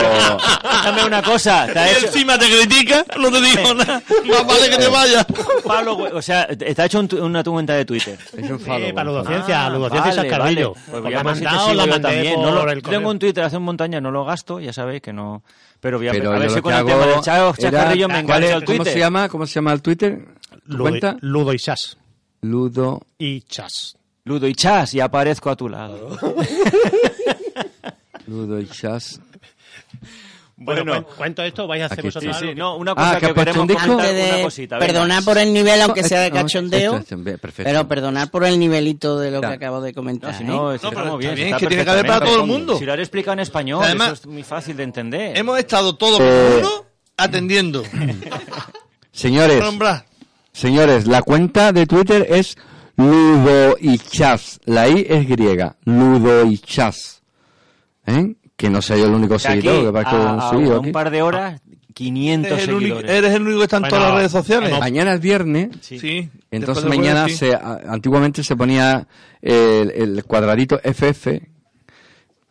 Speaker 5: Dame una cosa. Te ha
Speaker 3: Y
Speaker 5: hecho,
Speaker 3: encima te critica, no te digo nada. Más vale que te vayas.
Speaker 5: Pablo, Hue- o sea, te ha hecho un tu- una tu cuenta de Twitter.
Speaker 4: Es un fado,
Speaker 8: Sí, Eh, para
Speaker 4: Gonzalo.
Speaker 8: Ludociencia,
Speaker 5: Ah,
Speaker 8: Ludociencia
Speaker 5: vale,
Speaker 8: y Chascarrillo.
Speaker 5: vale. Pues
Speaker 8: Os
Speaker 5: voy
Speaker 8: la
Speaker 5: a
Speaker 8: he
Speaker 5: ver si te
Speaker 8: mandado,
Speaker 5: sigo
Speaker 8: la
Speaker 5: yo
Speaker 8: mandé
Speaker 5: también.
Speaker 8: por
Speaker 5: No lo-
Speaker 8: el correo.
Speaker 5: tengo un Twitter hace un montaña, no lo gasto, ya sabéis que no. Pero voy a,
Speaker 4: Pero
Speaker 5: a
Speaker 4: yo
Speaker 5: ver
Speaker 4: lo
Speaker 5: si
Speaker 4: que
Speaker 5: con el
Speaker 4: hago
Speaker 5: tema de Chao,
Speaker 4: era-
Speaker 5: Chascarrillo me
Speaker 4: ¿Cuál es-
Speaker 5: engancho al
Speaker 4: ¿Cómo se
Speaker 5: Twitter.
Speaker 4: llama? ¿Cómo se llama el Twitter? ¿Tu
Speaker 8: Ludo,
Speaker 4: cuenta?
Speaker 8: Ludo y Chas.
Speaker 4: Ludo.
Speaker 8: Y Chas.
Speaker 5: Ludo y Chas, y aparezco a tu lado.
Speaker 4: Ludo y Chas.
Speaker 8: Bueno,
Speaker 3: pues,
Speaker 8: cuen- cuento esto, vais a hacer
Speaker 4: Aquí
Speaker 8: vosotros
Speaker 5: Sí, pues, sí,
Speaker 8: algo.
Speaker 5: no, una
Speaker 4: Ah,
Speaker 5: cosa
Speaker 4: ¿que
Speaker 5: que,
Speaker 4: has puesto
Speaker 5: queremos
Speaker 4: un disco?
Speaker 5: comentar,
Speaker 10: Antes
Speaker 5: una
Speaker 10: de-
Speaker 5: cosita. venga.
Speaker 10: perdonad por el nivel, aunque sea de
Speaker 4: Esto- no,
Speaker 10: cachondeo,
Speaker 4: esto- esto- perfecto.
Speaker 10: pero perdonad por el nivelito de lo que
Speaker 4: Ya.
Speaker 10: acabo de comentar.
Speaker 5: No, si
Speaker 10: ¿eh?
Speaker 5: no, si
Speaker 3: No, pero
Speaker 5: estamos bien.
Speaker 3: está
Speaker 5: si
Speaker 3: bien,
Speaker 5: está
Speaker 3: es que tiene que haber para
Speaker 5: perfectamente.
Speaker 3: todo el mundo.
Speaker 5: Si lo has explicado en español,
Speaker 3: Además-
Speaker 5: eso es muy fácil de entender.
Speaker 3: Hemos estado todos por uno
Speaker 4: *laughs*
Speaker 3: atendiendo.
Speaker 4: Señores,
Speaker 3: Nombrar.
Speaker 4: señores, la cuenta de Twitter es Ludo y Chas. La I es griega. Ludo y Chas. ¿Eh? Que no sea yo el único
Speaker 5: De aquí
Speaker 4: seguidor, que va
Speaker 5: a-
Speaker 4: con
Speaker 5: a
Speaker 4: suyo
Speaker 5: un
Speaker 4: aquí.
Speaker 5: par de horas, 500
Speaker 3: Eres el, único,
Speaker 5: seguidores.
Speaker 3: eres el único que está en
Speaker 8: Bueno,
Speaker 3: todas las redes sociales.
Speaker 8: hemos-
Speaker 4: Mañana es viernes.
Speaker 3: Sí.
Speaker 4: Entonces
Speaker 3: Después del
Speaker 4: mañana
Speaker 3: jueves, sí.
Speaker 4: se, a- antiguamente se ponía el, el cuadradito FF,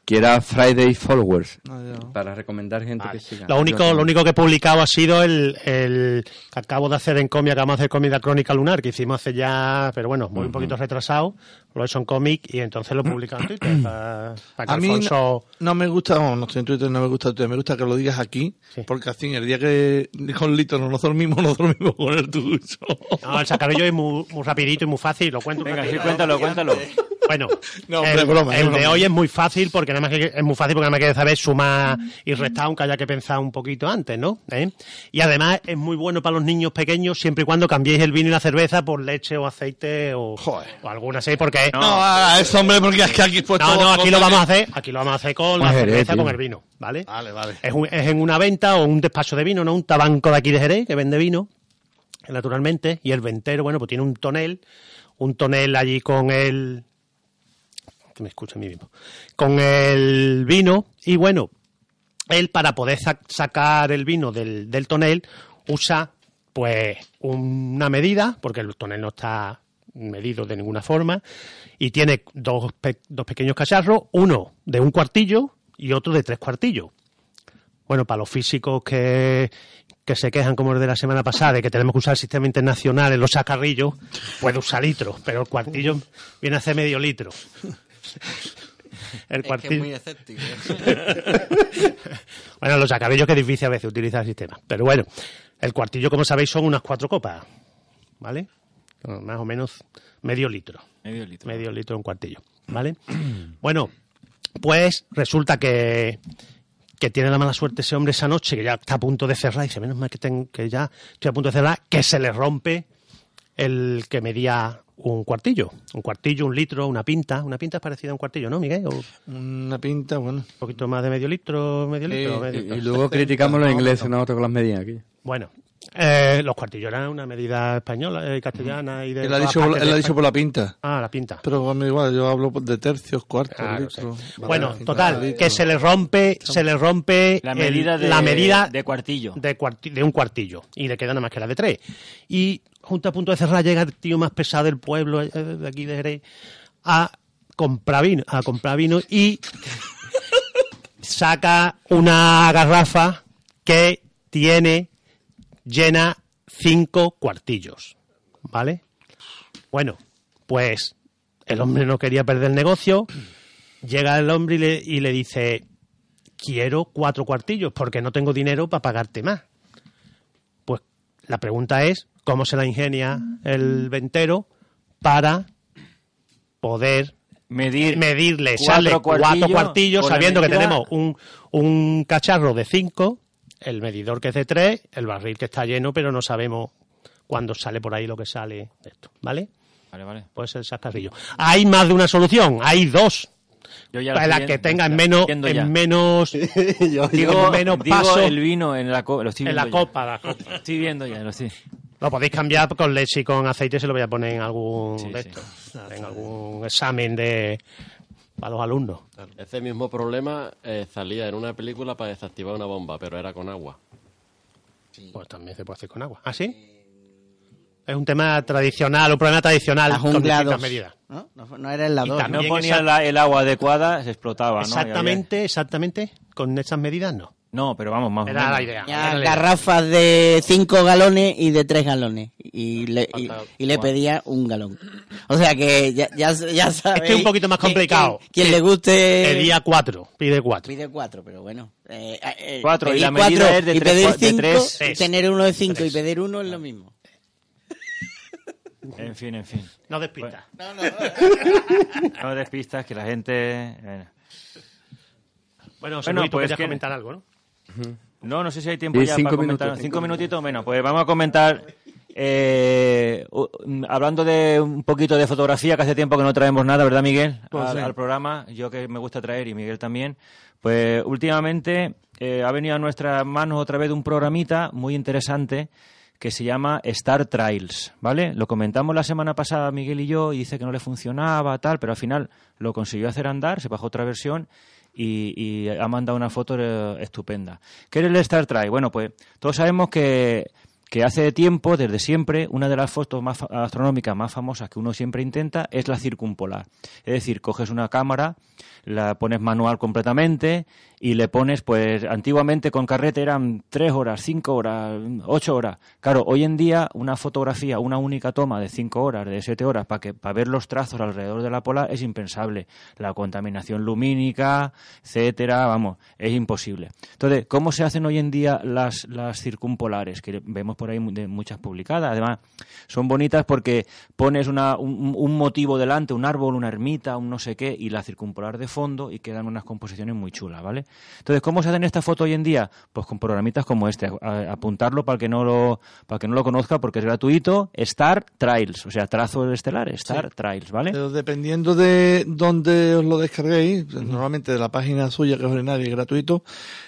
Speaker 4: que era Friday Followers,
Speaker 3: Ah,
Speaker 4: para recomendar gente que siga.
Speaker 8: Lo único, lo único que he publicado ha sido el, el que acabo de hacer en cómic, acabamos de hacer cómic de la Crónica Lunar, que hicimos hace ya, pero bueno, voy un poquito retrasado, lo he hecho en cómic y entonces lo he publicado en
Speaker 5: *clears throat*
Speaker 8: Twitter para, para que
Speaker 3: A mí
Speaker 8: Alfonso...
Speaker 3: no, no me gusta, no, no estoy en Twitter, no me gusta Twitter, me gusta que lo digas aquí,
Speaker 8: Sí.
Speaker 3: porque así el día que con Lito no nos *laughs* dormimos, nos dormimos con el tuyo.
Speaker 8: *laughs* No, el sacabillo es muy, muy rapidito y muy fácil, lo cuento. un
Speaker 5: Venga,
Speaker 8: ratito.
Speaker 5: sí, cuéntalo, cuéntalo.
Speaker 8: Bueno,
Speaker 3: *laughs* No,
Speaker 8: el,
Speaker 3: hombre, es broma, es
Speaker 8: el de
Speaker 3: broma.
Speaker 8: hoy es muy fácil porque nada más que es muy fácil porque nada más que saber sumar y restar, aunque haya que pensar un poquito antes, ¿no? ¿Eh? Y además es muy bueno para los niños pequeños siempre y cuando cambiéis el vino y la cerveza por leche o aceite o,
Speaker 3: Joder.
Speaker 8: o alguna así, porque
Speaker 3: No, a eso, hombre, porque es que aquí pues
Speaker 8: no,
Speaker 3: todo-
Speaker 8: no, aquí
Speaker 3: todo-
Speaker 8: lo vamos a hacer, aquí lo vamos a hacer con la
Speaker 4: Pues Jerez,
Speaker 8: cerveza,
Speaker 4: tío.
Speaker 8: con el vino, ¿vale?
Speaker 3: Vale, vale.
Speaker 8: Es, un- es en una venta o un despacho de vino, ¿no? Un tabanco de aquí de Jerez que vende vino, naturalmente, y el ventero, bueno, pues tiene un tonel, un tonel allí con el... que me escuche a mí mismo, con el vino, y bueno, él para poder sa- sacar el vino del, del tonel usa pues una medida, porque el tonel no está medido de ninguna forma, y tiene dos, pe- dos pequeños cacharros, uno de un cuartillo y otro de tres cuartillos. Bueno, para los físicos que, que se quejan, como el de la semana pasada, de que tenemos que usar el sistema internacional en los sacarrillos, puede usar litros, pero el cuartillo viene a ser medio litro. El
Speaker 9: Es que es
Speaker 8: cuartillo.
Speaker 9: muy escéptico.
Speaker 8: *laughs* Bueno, los sacabillos que es difícil a veces utilizar el sistema. Pero bueno, el cuartillo, como sabéis, son unas cuatro copas, ¿vale? Bueno, Más o menos medio litro.
Speaker 5: Medio litro.
Speaker 8: Medio litro, un cuartillo, ¿vale? *clears throat* bueno, pues resulta que, que tiene la mala suerte ese hombre esa noche, que ya está a punto de cerrar, y dice, menos mal que, ten- que ya estoy a punto de cerrar, que se le rompe el que medía un cuartillo. Un cuartillo, un litro, una pinta. Una pinta es parecida a un cuartillo, ¿no, Miguel? O un
Speaker 3: Una pinta, bueno.
Speaker 8: poquito más de medio litro, medio
Speaker 3: Sí,
Speaker 8: litro,
Speaker 4: Y,
Speaker 8: medio litro. *laughs*
Speaker 4: y luego criticamos los ingleses nosotros con las medidas aquí.
Speaker 8: Bueno, eh, los cuartillos eran una medida española, eh, castellana y de.
Speaker 3: Él ha
Speaker 8: todas
Speaker 3: dicho, por la-
Speaker 8: partes
Speaker 3: él ha
Speaker 8: de
Speaker 3: dicho por la pinta.
Speaker 8: Ah, la pinta.
Speaker 3: Pero a mí igual, yo hablo de tercios, cuartos,
Speaker 8: Ah, no sé.
Speaker 3: litros.
Speaker 8: Bueno,
Speaker 3: Vale,
Speaker 8: total,
Speaker 3: litros.
Speaker 8: que se le rompe, se le rompe
Speaker 5: La
Speaker 8: el-
Speaker 5: medida de,
Speaker 8: la medida
Speaker 5: de cuartillo.
Speaker 8: de, cuarti- de un cuartillo y le queda nada más que la de tres. Y junto a punto de cerrar llega el tío más pesado del pueblo, eh, de aquí de Jerez, a comprar vino, a comprar vino y saca una garrafa que tiene llena cinco cuartillos, ¿vale? Bueno, pues el hombre no quería perder el negocio. Llega el hombre y le, y le dice, quiero cuatro cuartillos porque no tengo dinero para pagarte más. Pues la pregunta es, ¿cómo se la ingenia el ventero para poder
Speaker 5: Medir.
Speaker 8: medirle,
Speaker 5: Cuatro
Speaker 8: sale cuatro
Speaker 5: cuartillos
Speaker 8: cuartillos,
Speaker 5: con la
Speaker 8: sabiendo que
Speaker 5: medida-
Speaker 8: tenemos un, un cacharro de cinco, el medidor que es de tres, el barril que está lleno, pero no sabemos cuándo sale por ahí lo que sale de esto, ¿vale?
Speaker 5: Vale, vale.
Speaker 8: Puede ser sacarrillo. Hay más de una solución, hay dos.
Speaker 5: Yo ya lo
Speaker 8: Para la
Speaker 5: estoy
Speaker 8: que
Speaker 5: viendo,
Speaker 8: tenga en
Speaker 5: ya,
Speaker 8: menos,
Speaker 5: viendo ya.
Speaker 8: en
Speaker 5: *laughs*
Speaker 8: menos,
Speaker 5: Digo,
Speaker 8: en menos
Speaker 5: digo
Speaker 8: paso
Speaker 5: el vino en la copa. Lo
Speaker 8: en
Speaker 5: estoy viendo
Speaker 8: la
Speaker 5: ya.
Speaker 8: copa. la copa.
Speaker 5: Lo estoy viendo ya, lo estoy.
Speaker 8: Lo podéis cambiar con leche y con aceite, se lo voy a poner en algún,
Speaker 5: Sí,
Speaker 8: de
Speaker 5: sí.
Speaker 8: estos, en algún examen de para los alumnos.
Speaker 6: Ese mismo problema eh, salía en una película para desactivar una bomba, pero era con agua.
Speaker 8: Pues también se puede hacer con agua. ¿Ah, sí? Es un tema tradicional, un problema tradicional
Speaker 10: La
Speaker 8: con
Speaker 10: jungla
Speaker 8: distintas
Speaker 10: 2.
Speaker 8: medidas.
Speaker 10: ¿No? No fue- no era en la
Speaker 8: Y
Speaker 10: 2.
Speaker 8: también-
Speaker 5: No
Speaker 8: Bien,
Speaker 5: ponía
Speaker 8: exact-
Speaker 5: la- el agua adecuada, se explotaba, ¿no? Y había-
Speaker 8: Exactamente, exactamente. Con esas medidas no.
Speaker 5: No, pero vamos, más o
Speaker 8: Era la
Speaker 5: menos.
Speaker 8: idea.
Speaker 10: Tenía
Speaker 8: era la idea.
Speaker 10: garrafas de 5 galones y de 3 galones. Y le, y,
Speaker 6: Hasta-
Speaker 10: y le pedía un galón. O sea que ya, ya, ya sabéis.
Speaker 8: Este es un poquito más
Speaker 10: que-
Speaker 8: complicado.
Speaker 10: Quien, quien le guste.
Speaker 8: El día 4, pide 4.
Speaker 10: Pide 4, pero bueno. Eh, eh,
Speaker 5: Cuatro, y
Speaker 10: pedir
Speaker 5: la medida
Speaker 10: cuatro
Speaker 5: es de
Speaker 10: y
Speaker 5: tres-
Speaker 10: pedir
Speaker 5: de
Speaker 10: 5.
Speaker 5: tres-
Speaker 8: tres.
Speaker 10: Tener uno de 5 y pedir uno es lo mismo.
Speaker 5: En fin, en fin.
Speaker 8: No despista.
Speaker 5: No despistas que la gente... eh, bueno.
Speaker 8: Bueno,
Speaker 5: Bueno,
Speaker 8: seguro que tú
Speaker 5: pues
Speaker 8: querías
Speaker 5: que-
Speaker 8: comentar algo, ¿no?
Speaker 5: No, no sé si hay tiempo
Speaker 4: Y
Speaker 5: ya
Speaker 4: cinco
Speaker 5: para comentar.
Speaker 4: minutos.
Speaker 5: Cinco minutitos menos. Pues vamos a comentar. eh, u- mm, hablando de un poquito de fotografía, que hace tiempo que no traemos nada, ¿verdad, Miguel? al, al programa, yo que me gusta traer y Miguel también. Pues últimamente eh, ha venido a nuestras manos otra vez un programita muy interesante que se llama Star Trails, ¿vale? Lo comentamos la semana pasada Miguel y yo y dice que no le funcionaba, tal, pero al final lo consiguió hacer andar, se bajó otra versión y, y ha mandado una foto eh, estupenda. ¿Qué es el Star Trail? Bueno, pues todos sabemos que, que hace tiempo, desde siempre, una de las fotos más fa- astronómicas más famosas que uno siempre intenta es la circumpolar. Es decir, coges una cámara, la pones manual completamente y le pones, pues antiguamente con carrete eran tres horas, cinco horas, ocho horas. Claro, hoy en día una fotografía, una única toma de cinco horas, de siete horas, para que para ver los trazos alrededor de la polar es impensable. La contaminación lumínica, etcétera, vamos, es imposible. Entonces, ¿cómo se hacen hoy en día las, las circumpolares? Que vemos por ahí mu- de muchas publicadas. Además, son bonitas porque pones una- un, un motivo delante, un árbol, una ermita, un no sé qué, y la circumpolar de fondo y quedan unas composiciones muy chulas, ¿vale? Entonces, ¿cómo se hacen estas fotos hoy en día? Pues con programitas como este. A- apuntarlo para el que no lo, para el que no lo conozca porque es gratuito. Star Trails, o sea, trazo estelar, Star Trails, ¿vale?
Speaker 3: Pero dependiendo de dónde os lo descarguéis, pues, normalmente de la página suya, que es ordinaria y gratuito,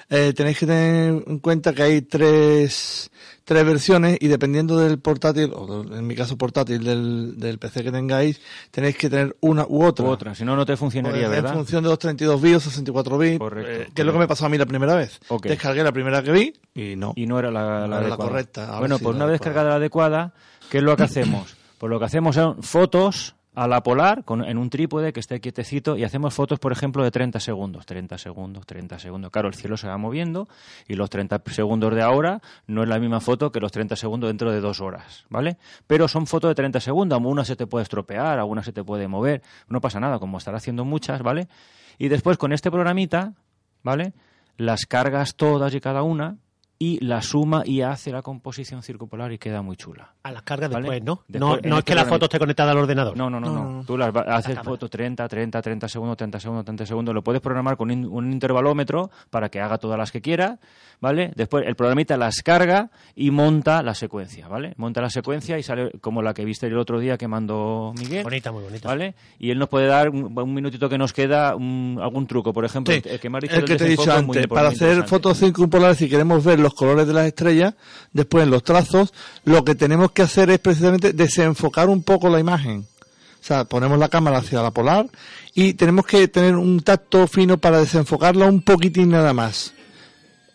Speaker 3: eh, tenéis que tener en cuenta que hay tres, tres versiones y dependiendo del portátil, o del- en mi caso portátil, del, del PC que tengáis, tenéis que tener una u otra. Pues,
Speaker 5: U otra, si no, no te funcionaría,
Speaker 3: en
Speaker 5: ¿verdad?
Speaker 3: función de los 32 bits o 64 bits,
Speaker 5: Correcto,
Speaker 3: eh, que es lo
Speaker 5: correcto.
Speaker 3: que me pasó a mí la primera vez.
Speaker 5: Ok.
Speaker 3: Descargué la primera que vi y no.
Speaker 5: y no era la,
Speaker 3: No
Speaker 5: la
Speaker 3: era la
Speaker 5: adecuada.
Speaker 3: correcta, ahora
Speaker 5: Bueno,
Speaker 3: sí
Speaker 5: pues
Speaker 3: la
Speaker 5: una vez
Speaker 3: adecuada. *clears throat*
Speaker 5: cargada la adecuada, ¿qué es lo que hacemos? Pues lo que hacemos son fotos a la polar con, en un trípode que esté quietecito y hacemos fotos, por ejemplo, de 30 segundos, 30 segundos, 30 segundos. Claro, el cielo se va moviendo y los 30 segundos de ahora no es la misma foto que los 30 segundos dentro de dos horas, ¿vale? Pero son fotos de 30 segundos, alguna se te puede estropear, alguna se te puede mover, no pasa nada, como estar haciendo muchas, ¿vale? Y después con este programita, ¿vale? Las cargas todas y cada una y la suma y hace la composición circumpolar y queda muy chula.
Speaker 8: A las cargas
Speaker 5: ¿Vale?
Speaker 8: después, ¿no?
Speaker 5: Después,
Speaker 8: no
Speaker 5: en
Speaker 8: no es
Speaker 5: este
Speaker 8: que la
Speaker 5: programa.
Speaker 8: foto esté conectada al ordenador.
Speaker 5: No, no, no,
Speaker 3: No,
Speaker 5: no.
Speaker 3: no, no.
Speaker 5: Tú las va- haces
Speaker 8: cámara.
Speaker 5: fotos 30, 30, 30 segundos, 30 segundos, 30 segundos. Lo puedes programar con in- un intervalómetro para que haga todas las que quiera, ¿vale? Después el programita las carga y monta la secuencia, ¿vale? Monta la secuencia y sale como la que viste el otro día que mandó Miguel.
Speaker 8: Bonita, muy bonita.
Speaker 5: ¿Vale? Y él nos puede dar un, un minutito que nos queda un- algún truco. Por ejemplo,
Speaker 3: Sí,
Speaker 5: el que me has dicho
Speaker 3: el
Speaker 5: del
Speaker 3: que te he dicho
Speaker 5: desenfoque es muy
Speaker 3: antes,
Speaker 5: impor-
Speaker 3: para
Speaker 5: muy
Speaker 3: hacer
Speaker 5: interesante.
Speaker 3: fotos circumpolares, si queremos ver los colores de las estrellas, después en los trazos, lo que tenemos que hacer es precisamente desenfocar un poco la imagen. O sea, ponemos la cámara hacia la polar y tenemos que tener un tacto fino para desenfocarla un poquitín nada más.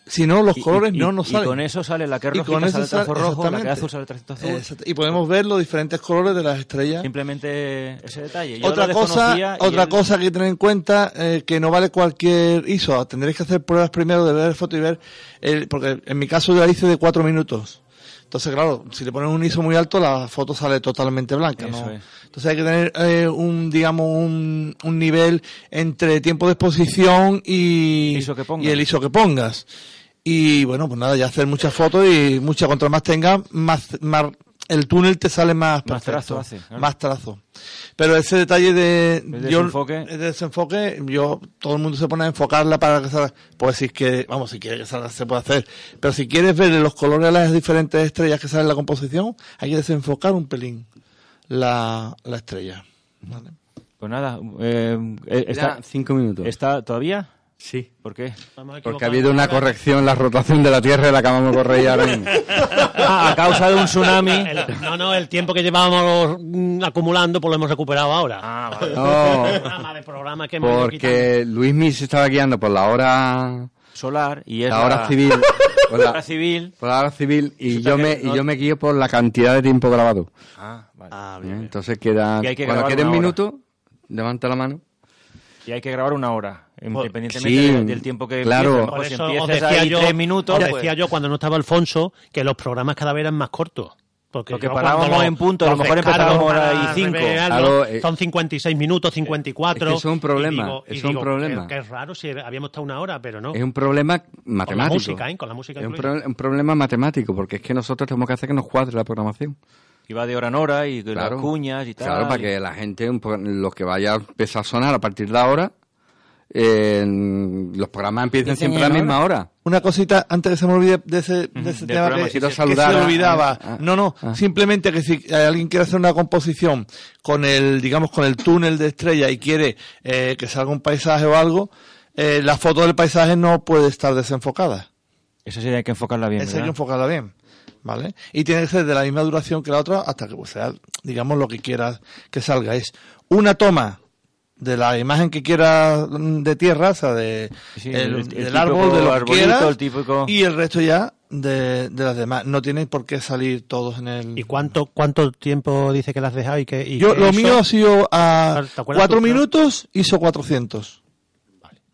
Speaker 3: Si no, los
Speaker 5: Y- y-
Speaker 3: colores
Speaker 5: y-
Speaker 3: no nos
Speaker 5: Y
Speaker 3: salen.
Speaker 5: con eso sale la que es
Speaker 3: Y con
Speaker 5: rojita, sale el
Speaker 3: eso sale-
Speaker 5: trazo rojo, la que es azul
Speaker 3: exactamente.
Speaker 5: sale el trazo azul.
Speaker 3: Exacto. Y podemos ver los diferentes colores de las estrellas.
Speaker 5: Simplemente ese detalle. Yo
Speaker 3: Otra
Speaker 5: lo
Speaker 3: cosa,
Speaker 5: desconocía y
Speaker 3: otra
Speaker 5: él-
Speaker 3: cosa que tener en cuenta eh, que no vale cualquier ISO. Tendréis que hacer pruebas primero de ver el foto y ver, el, porque en mi caso yo la hice de cuatro minutos. Entonces, claro, si le ponen un ISO muy alto, la foto sale totalmente blanca. ¿no?
Speaker 5: Eso es.
Speaker 3: Entonces hay que tener eh, un, digamos, un, un nivel entre tiempo de exposición y,
Speaker 5: ISO que pongas.
Speaker 3: y el ISO que pongas. Y bueno, pues nada, ya hacer muchas fotos y muchas, contra más tengas, más, más- el túnel te sale más
Speaker 5: Más
Speaker 3: perfecto,
Speaker 5: trazo hace, claro.
Speaker 3: Más trazo. Pero ese detalle de
Speaker 5: El
Speaker 3: yo-
Speaker 5: desenfoque.
Speaker 3: el desenfoque, yo todo el mundo se pone a enfocarla para que salga. Pues si es que, vamos, si quieres que salga se puede hacer. Pero si quieres ver los colores de las diferentes estrellas que salen en la composición, hay que desenfocar un pelín la, la estrella. ¿vale?
Speaker 5: Pues nada, eh, eh, está,
Speaker 4: Queda cinco
Speaker 8: Este
Speaker 4: minutos.
Speaker 5: está todavía.
Speaker 4: Sí.
Speaker 5: ¿Por qué?
Speaker 8: Vamos a
Speaker 4: Porque ha
Speaker 8: equivocarnos
Speaker 4: habido una
Speaker 8: ahora.
Speaker 4: corrección, la rotación de la Tierra y la acabamos de corregir ahora mismo.
Speaker 5: *laughs* Ah, a causa de un tsunami.
Speaker 8: El- no, no, el tiempo que llevábamos mm, acumulando pues lo hemos recuperado ahora.
Speaker 5: Ah, vale.
Speaker 4: No,
Speaker 8: programa de programa que hemos ido quitando.
Speaker 4: porque Luismi se estaba guiando por la hora,
Speaker 5: *laughs* Solar y es
Speaker 4: la hora civil.
Speaker 5: *laughs*
Speaker 4: Por
Speaker 5: La hora
Speaker 4: la,
Speaker 5: civil.
Speaker 4: por la hora civil y
Speaker 5: Resulta
Speaker 4: yo
Speaker 5: que
Speaker 4: me y
Speaker 5: no-
Speaker 4: yo me guío por la cantidad de tiempo grabado.
Speaker 5: Ah, vale.
Speaker 4: ¿eh? Entonces queda
Speaker 5: Y hay que
Speaker 4: cuando
Speaker 5: grabar
Speaker 4: quede un
Speaker 5: una hora.
Speaker 4: minuto, levanta la mano.
Speaker 5: Y hay que grabar una hora, independientemente
Speaker 4: Sí,
Speaker 5: de- del tiempo que
Speaker 4: claro.
Speaker 5: empieces.
Speaker 8: Por
Speaker 5: Pues
Speaker 8: eso
Speaker 5: si
Speaker 8: os
Speaker 5: empiezas
Speaker 8: decía,
Speaker 5: ahí
Speaker 8: yo,
Speaker 5: tres minutos,
Speaker 8: os
Speaker 5: pues,
Speaker 8: decía yo cuando no estaba Alfonso que los programas cada vez eran más cortos. Porque
Speaker 5: Porque
Speaker 8: yo
Speaker 5: parábamos
Speaker 8: cuando
Speaker 5: en punto, a lo
Speaker 8: los
Speaker 5: mejor
Speaker 8: descargo
Speaker 5: empezábamos
Speaker 8: para
Speaker 5: ahora y cinco.
Speaker 8: revelarlo,
Speaker 4: Claro, eh,
Speaker 8: son 56 minutos, 54.
Speaker 4: es que eso es un problema,
Speaker 8: y
Speaker 4: es un problema.
Speaker 8: Que, que es raro si habíamos estado una hora, pero no.
Speaker 4: Es un problema matemático.
Speaker 8: música, ¿eh? Con la música
Speaker 4: Es un,
Speaker 8: incluida.
Speaker 4: pro- un problema matemático, porque es que nosotros tenemos que hacer que nos cuadre la programación.
Speaker 5: y va de hora en hora y de las cuñas y tal.
Speaker 4: Claro, para
Speaker 5: y-
Speaker 4: que la gente, un po- lo que vaya a empezar a sonar a partir de ahora, eh, los programas empiezan
Speaker 10: Dicen
Speaker 4: siempre a la
Speaker 10: en
Speaker 4: misma hora.
Speaker 3: Una cosita antes que se me olvide de ese, de ese
Speaker 5: del
Speaker 3: tema
Speaker 5: programa,
Speaker 3: que,
Speaker 5: quiero
Speaker 3: que
Speaker 4: saludar
Speaker 3: se me
Speaker 4: a-
Speaker 3: olvidaba.
Speaker 4: a- a-
Speaker 3: no, no,
Speaker 4: a-
Speaker 3: simplemente que si eh, alguien quiere hacer una composición con el, digamos, con el túnel de estrella y quiere eh, que salga un paisaje o algo, eh, la foto del paisaje no puede estar desenfocada.
Speaker 5: Esa sí hay que enfocarla bien,
Speaker 3: Esa hay que
Speaker 5: ¿verdad?
Speaker 3: enfocarla bien. ¿Vale? Y tiene que ser de la misma duración que la otra hasta que pues, sea, digamos, lo que quieras que salga. Es una toma de la imagen que quieras mm, de tierra, o sea, de,
Speaker 5: Sí,
Speaker 3: el-
Speaker 5: el- el
Speaker 3: del
Speaker 5: típico
Speaker 3: árbol, de lo que
Speaker 5: arbolito,
Speaker 3: quieras,
Speaker 5: el típico-
Speaker 3: y el resto ya de, de las demás. No tienen por qué salir todos en el...
Speaker 8: ¿Y cuánto, cuánto tiempo dice que las has dejado? Y que, y
Speaker 3: Yo,
Speaker 8: que
Speaker 3: lo
Speaker 8: eso?
Speaker 3: mío ha sido a
Speaker 8: ¿Te acuerdas
Speaker 3: cuatro
Speaker 8: tú, no?
Speaker 3: minutos, hizo 400.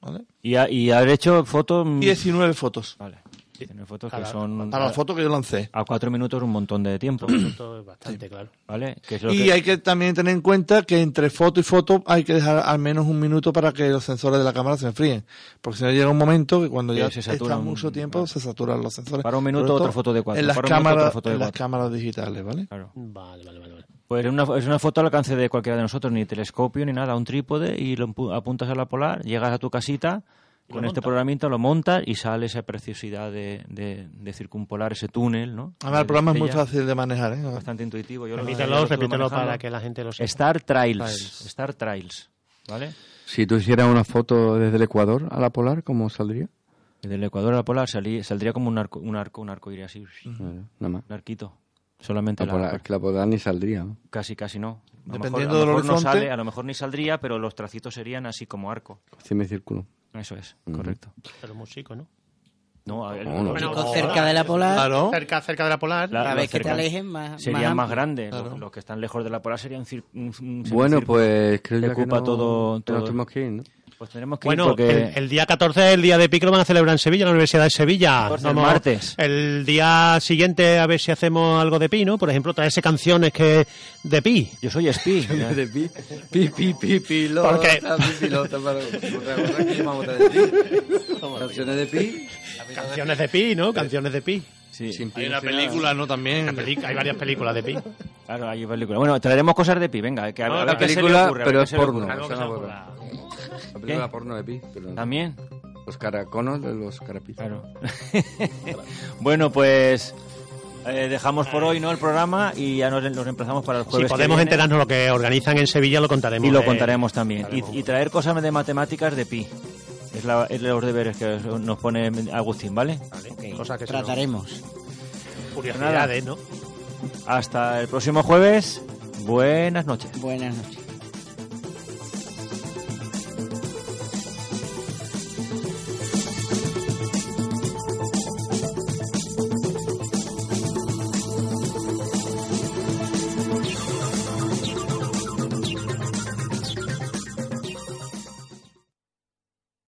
Speaker 3: ¿Vale?
Speaker 5: Y, ha- y haber hecho fotos... mm,
Speaker 3: 19 fotos.
Speaker 5: Vale. Tiene fotos que son...
Speaker 3: Para la foto que yo lancé.
Speaker 5: A cuatro minutos un montón de
Speaker 8: *clears throat*
Speaker 5: tiempo,
Speaker 8: Esto es bastante claro.
Speaker 5: ¿vale? Que es lo
Speaker 3: Y
Speaker 5: que-
Speaker 3: hay que también tener en cuenta que entre foto y foto hay que dejar al menos un minuto para que los sensores de la cámara se enfríen. Porque si no llega un momento que cuando
Speaker 5: Que
Speaker 3: ya
Speaker 5: se
Speaker 3: está
Speaker 5: saturan,
Speaker 3: mucho tiempo
Speaker 5: claro.
Speaker 3: se saturan los sensores.
Speaker 5: Para un minuto,
Speaker 3: Sobre todo
Speaker 5: otra foto de cuatro.
Speaker 3: En las,
Speaker 5: Para un minuto, otra
Speaker 3: cámaras,
Speaker 5: foto de
Speaker 3: en las
Speaker 5: cuatro.
Speaker 3: cámaras digitales, ¿vale?
Speaker 5: Claro.
Speaker 8: Vale, vale, vale. vale.
Speaker 5: Pues una, es una foto al alcance de cualquiera de nosotros, ni telescopio ni nada, un trípode y lo empu- apuntas a la polar, llegas a tu casita, con este programita lo montas y sale esa preciosidad de, de- de circumpolar, ese túnel, ¿no?
Speaker 3: Además, el programa es muy
Speaker 5: Estrella,
Speaker 3: fácil de manejar, ¿eh?
Speaker 5: Bastante intuitivo. Yo lo- yo lo
Speaker 8: Repítelo,
Speaker 5: estuve
Speaker 8: repítelo
Speaker 5: manejando.
Speaker 8: para que la gente lo sepa.
Speaker 5: Star Trails,
Speaker 3: Trails.
Speaker 5: Star Trails, ¿vale?
Speaker 4: Si tú hicieras una foto desde el Ecuador a la polar, ¿cómo saldría?
Speaker 5: Del Ecuador a la polar salí- saldría como un arco, un arco, un arco iría así,
Speaker 8: Mm.
Speaker 5: un
Speaker 4: Nada más.
Speaker 5: arquito. Solamente
Speaker 4: La
Speaker 5: la,
Speaker 4: polar, que la polar ni saldría. ¿no?
Speaker 5: casi casi no. A lo mejor-
Speaker 3: Dependiendo
Speaker 5: a lo
Speaker 3: del
Speaker 5: mejor no
Speaker 3: horizonte.
Speaker 5: sale, a lo mejor ni saldría, pero los tracitos serían así como arco.
Speaker 4: Semicírculo.
Speaker 5: Eso es, correcto.
Speaker 8: Pero muy chico, ¿no?
Speaker 5: No, a ver,
Speaker 4: No, no,
Speaker 5: lo-
Speaker 4: no.
Speaker 5: lo-
Speaker 10: Con cerca de la polar.
Speaker 3: Claro.
Speaker 8: Cerca, cerca de la polar.
Speaker 5: la-
Speaker 10: Cada
Speaker 5: lo
Speaker 10: vez que te
Speaker 5: cerca-
Speaker 10: alejes más.
Speaker 5: Serían más,
Speaker 10: amplio.
Speaker 5: grandes. Los, los que están lejos de la polar serían un cir- un- un
Speaker 4: Bueno,
Speaker 5: semicírculo.
Speaker 4: pues creo
Speaker 5: Te
Speaker 4: ya que
Speaker 5: ocupa
Speaker 4: no-
Speaker 5: todo-
Speaker 4: que nos
Speaker 5: todo.
Speaker 4: tenemos que
Speaker 5: *laughs*
Speaker 4: ir, ¿no?
Speaker 5: Pues tenemos que ir
Speaker 8: Bueno,
Speaker 5: porque-
Speaker 8: el, el día 14 es el día de pico, lo van a celebrar en Sevilla, en la Universidad de Sevilla.
Speaker 5: Por el martes.
Speaker 8: El día siguiente a ver si hacemos algo de pi, ¿no? Por ejemplo, traerse canciones que de pi.
Speaker 5: Yo soy Spi.
Speaker 4: De pi, pi, pi, pi, pilota,
Speaker 8: ¿Por qué?
Speaker 4: pi, pilota, para- otra cosa que llamamos otra de pi.
Speaker 5: *laughs*
Speaker 4: Canciones de pi.
Speaker 8: Canciones de pi, ¿no? Canciones de pi.
Speaker 5: Sí,
Speaker 4: sin pi
Speaker 3: Hay
Speaker 4: no
Speaker 3: una
Speaker 4: se nada.
Speaker 3: película, ¿no? También.
Speaker 8: Peli- Hay varias películas de pi.
Speaker 5: claro, hay películas. Bueno, traeremos cosas de Pi, venga. Que a,
Speaker 8: No,
Speaker 5: a
Speaker 8: la
Speaker 5: ver qué se le
Speaker 4: película,
Speaker 5: ocurre, a ver
Speaker 4: pero
Speaker 5: qué
Speaker 4: es
Speaker 5: se le
Speaker 4: porno.
Speaker 5: ocurre.
Speaker 4: Algo que se ocurra. La película porno de pi. pero-
Speaker 5: También,
Speaker 4: Los caraconos de los carapis.
Speaker 5: claro. *laughs* bueno, pues eh, dejamos por hoy no el programa y ya nos, nos reemplazamos para el
Speaker 8: Si
Speaker 5: jueves. que
Speaker 8: podemos
Speaker 5: viene.
Speaker 8: enterarnos lo que organizan en Sevilla, lo contaremos.
Speaker 5: Y lo
Speaker 8: eh,
Speaker 5: contaremos también. Y, y traer cosas de matemáticas de pi. Es, la, es los deberes que nos pone Agustín, ¿vale?
Speaker 8: Cosas que se nos-
Speaker 10: Trataremos.
Speaker 8: curiosidades, ¿no?
Speaker 5: Hasta el próximo jueves. Buenas noches.
Speaker 10: Buenas noches.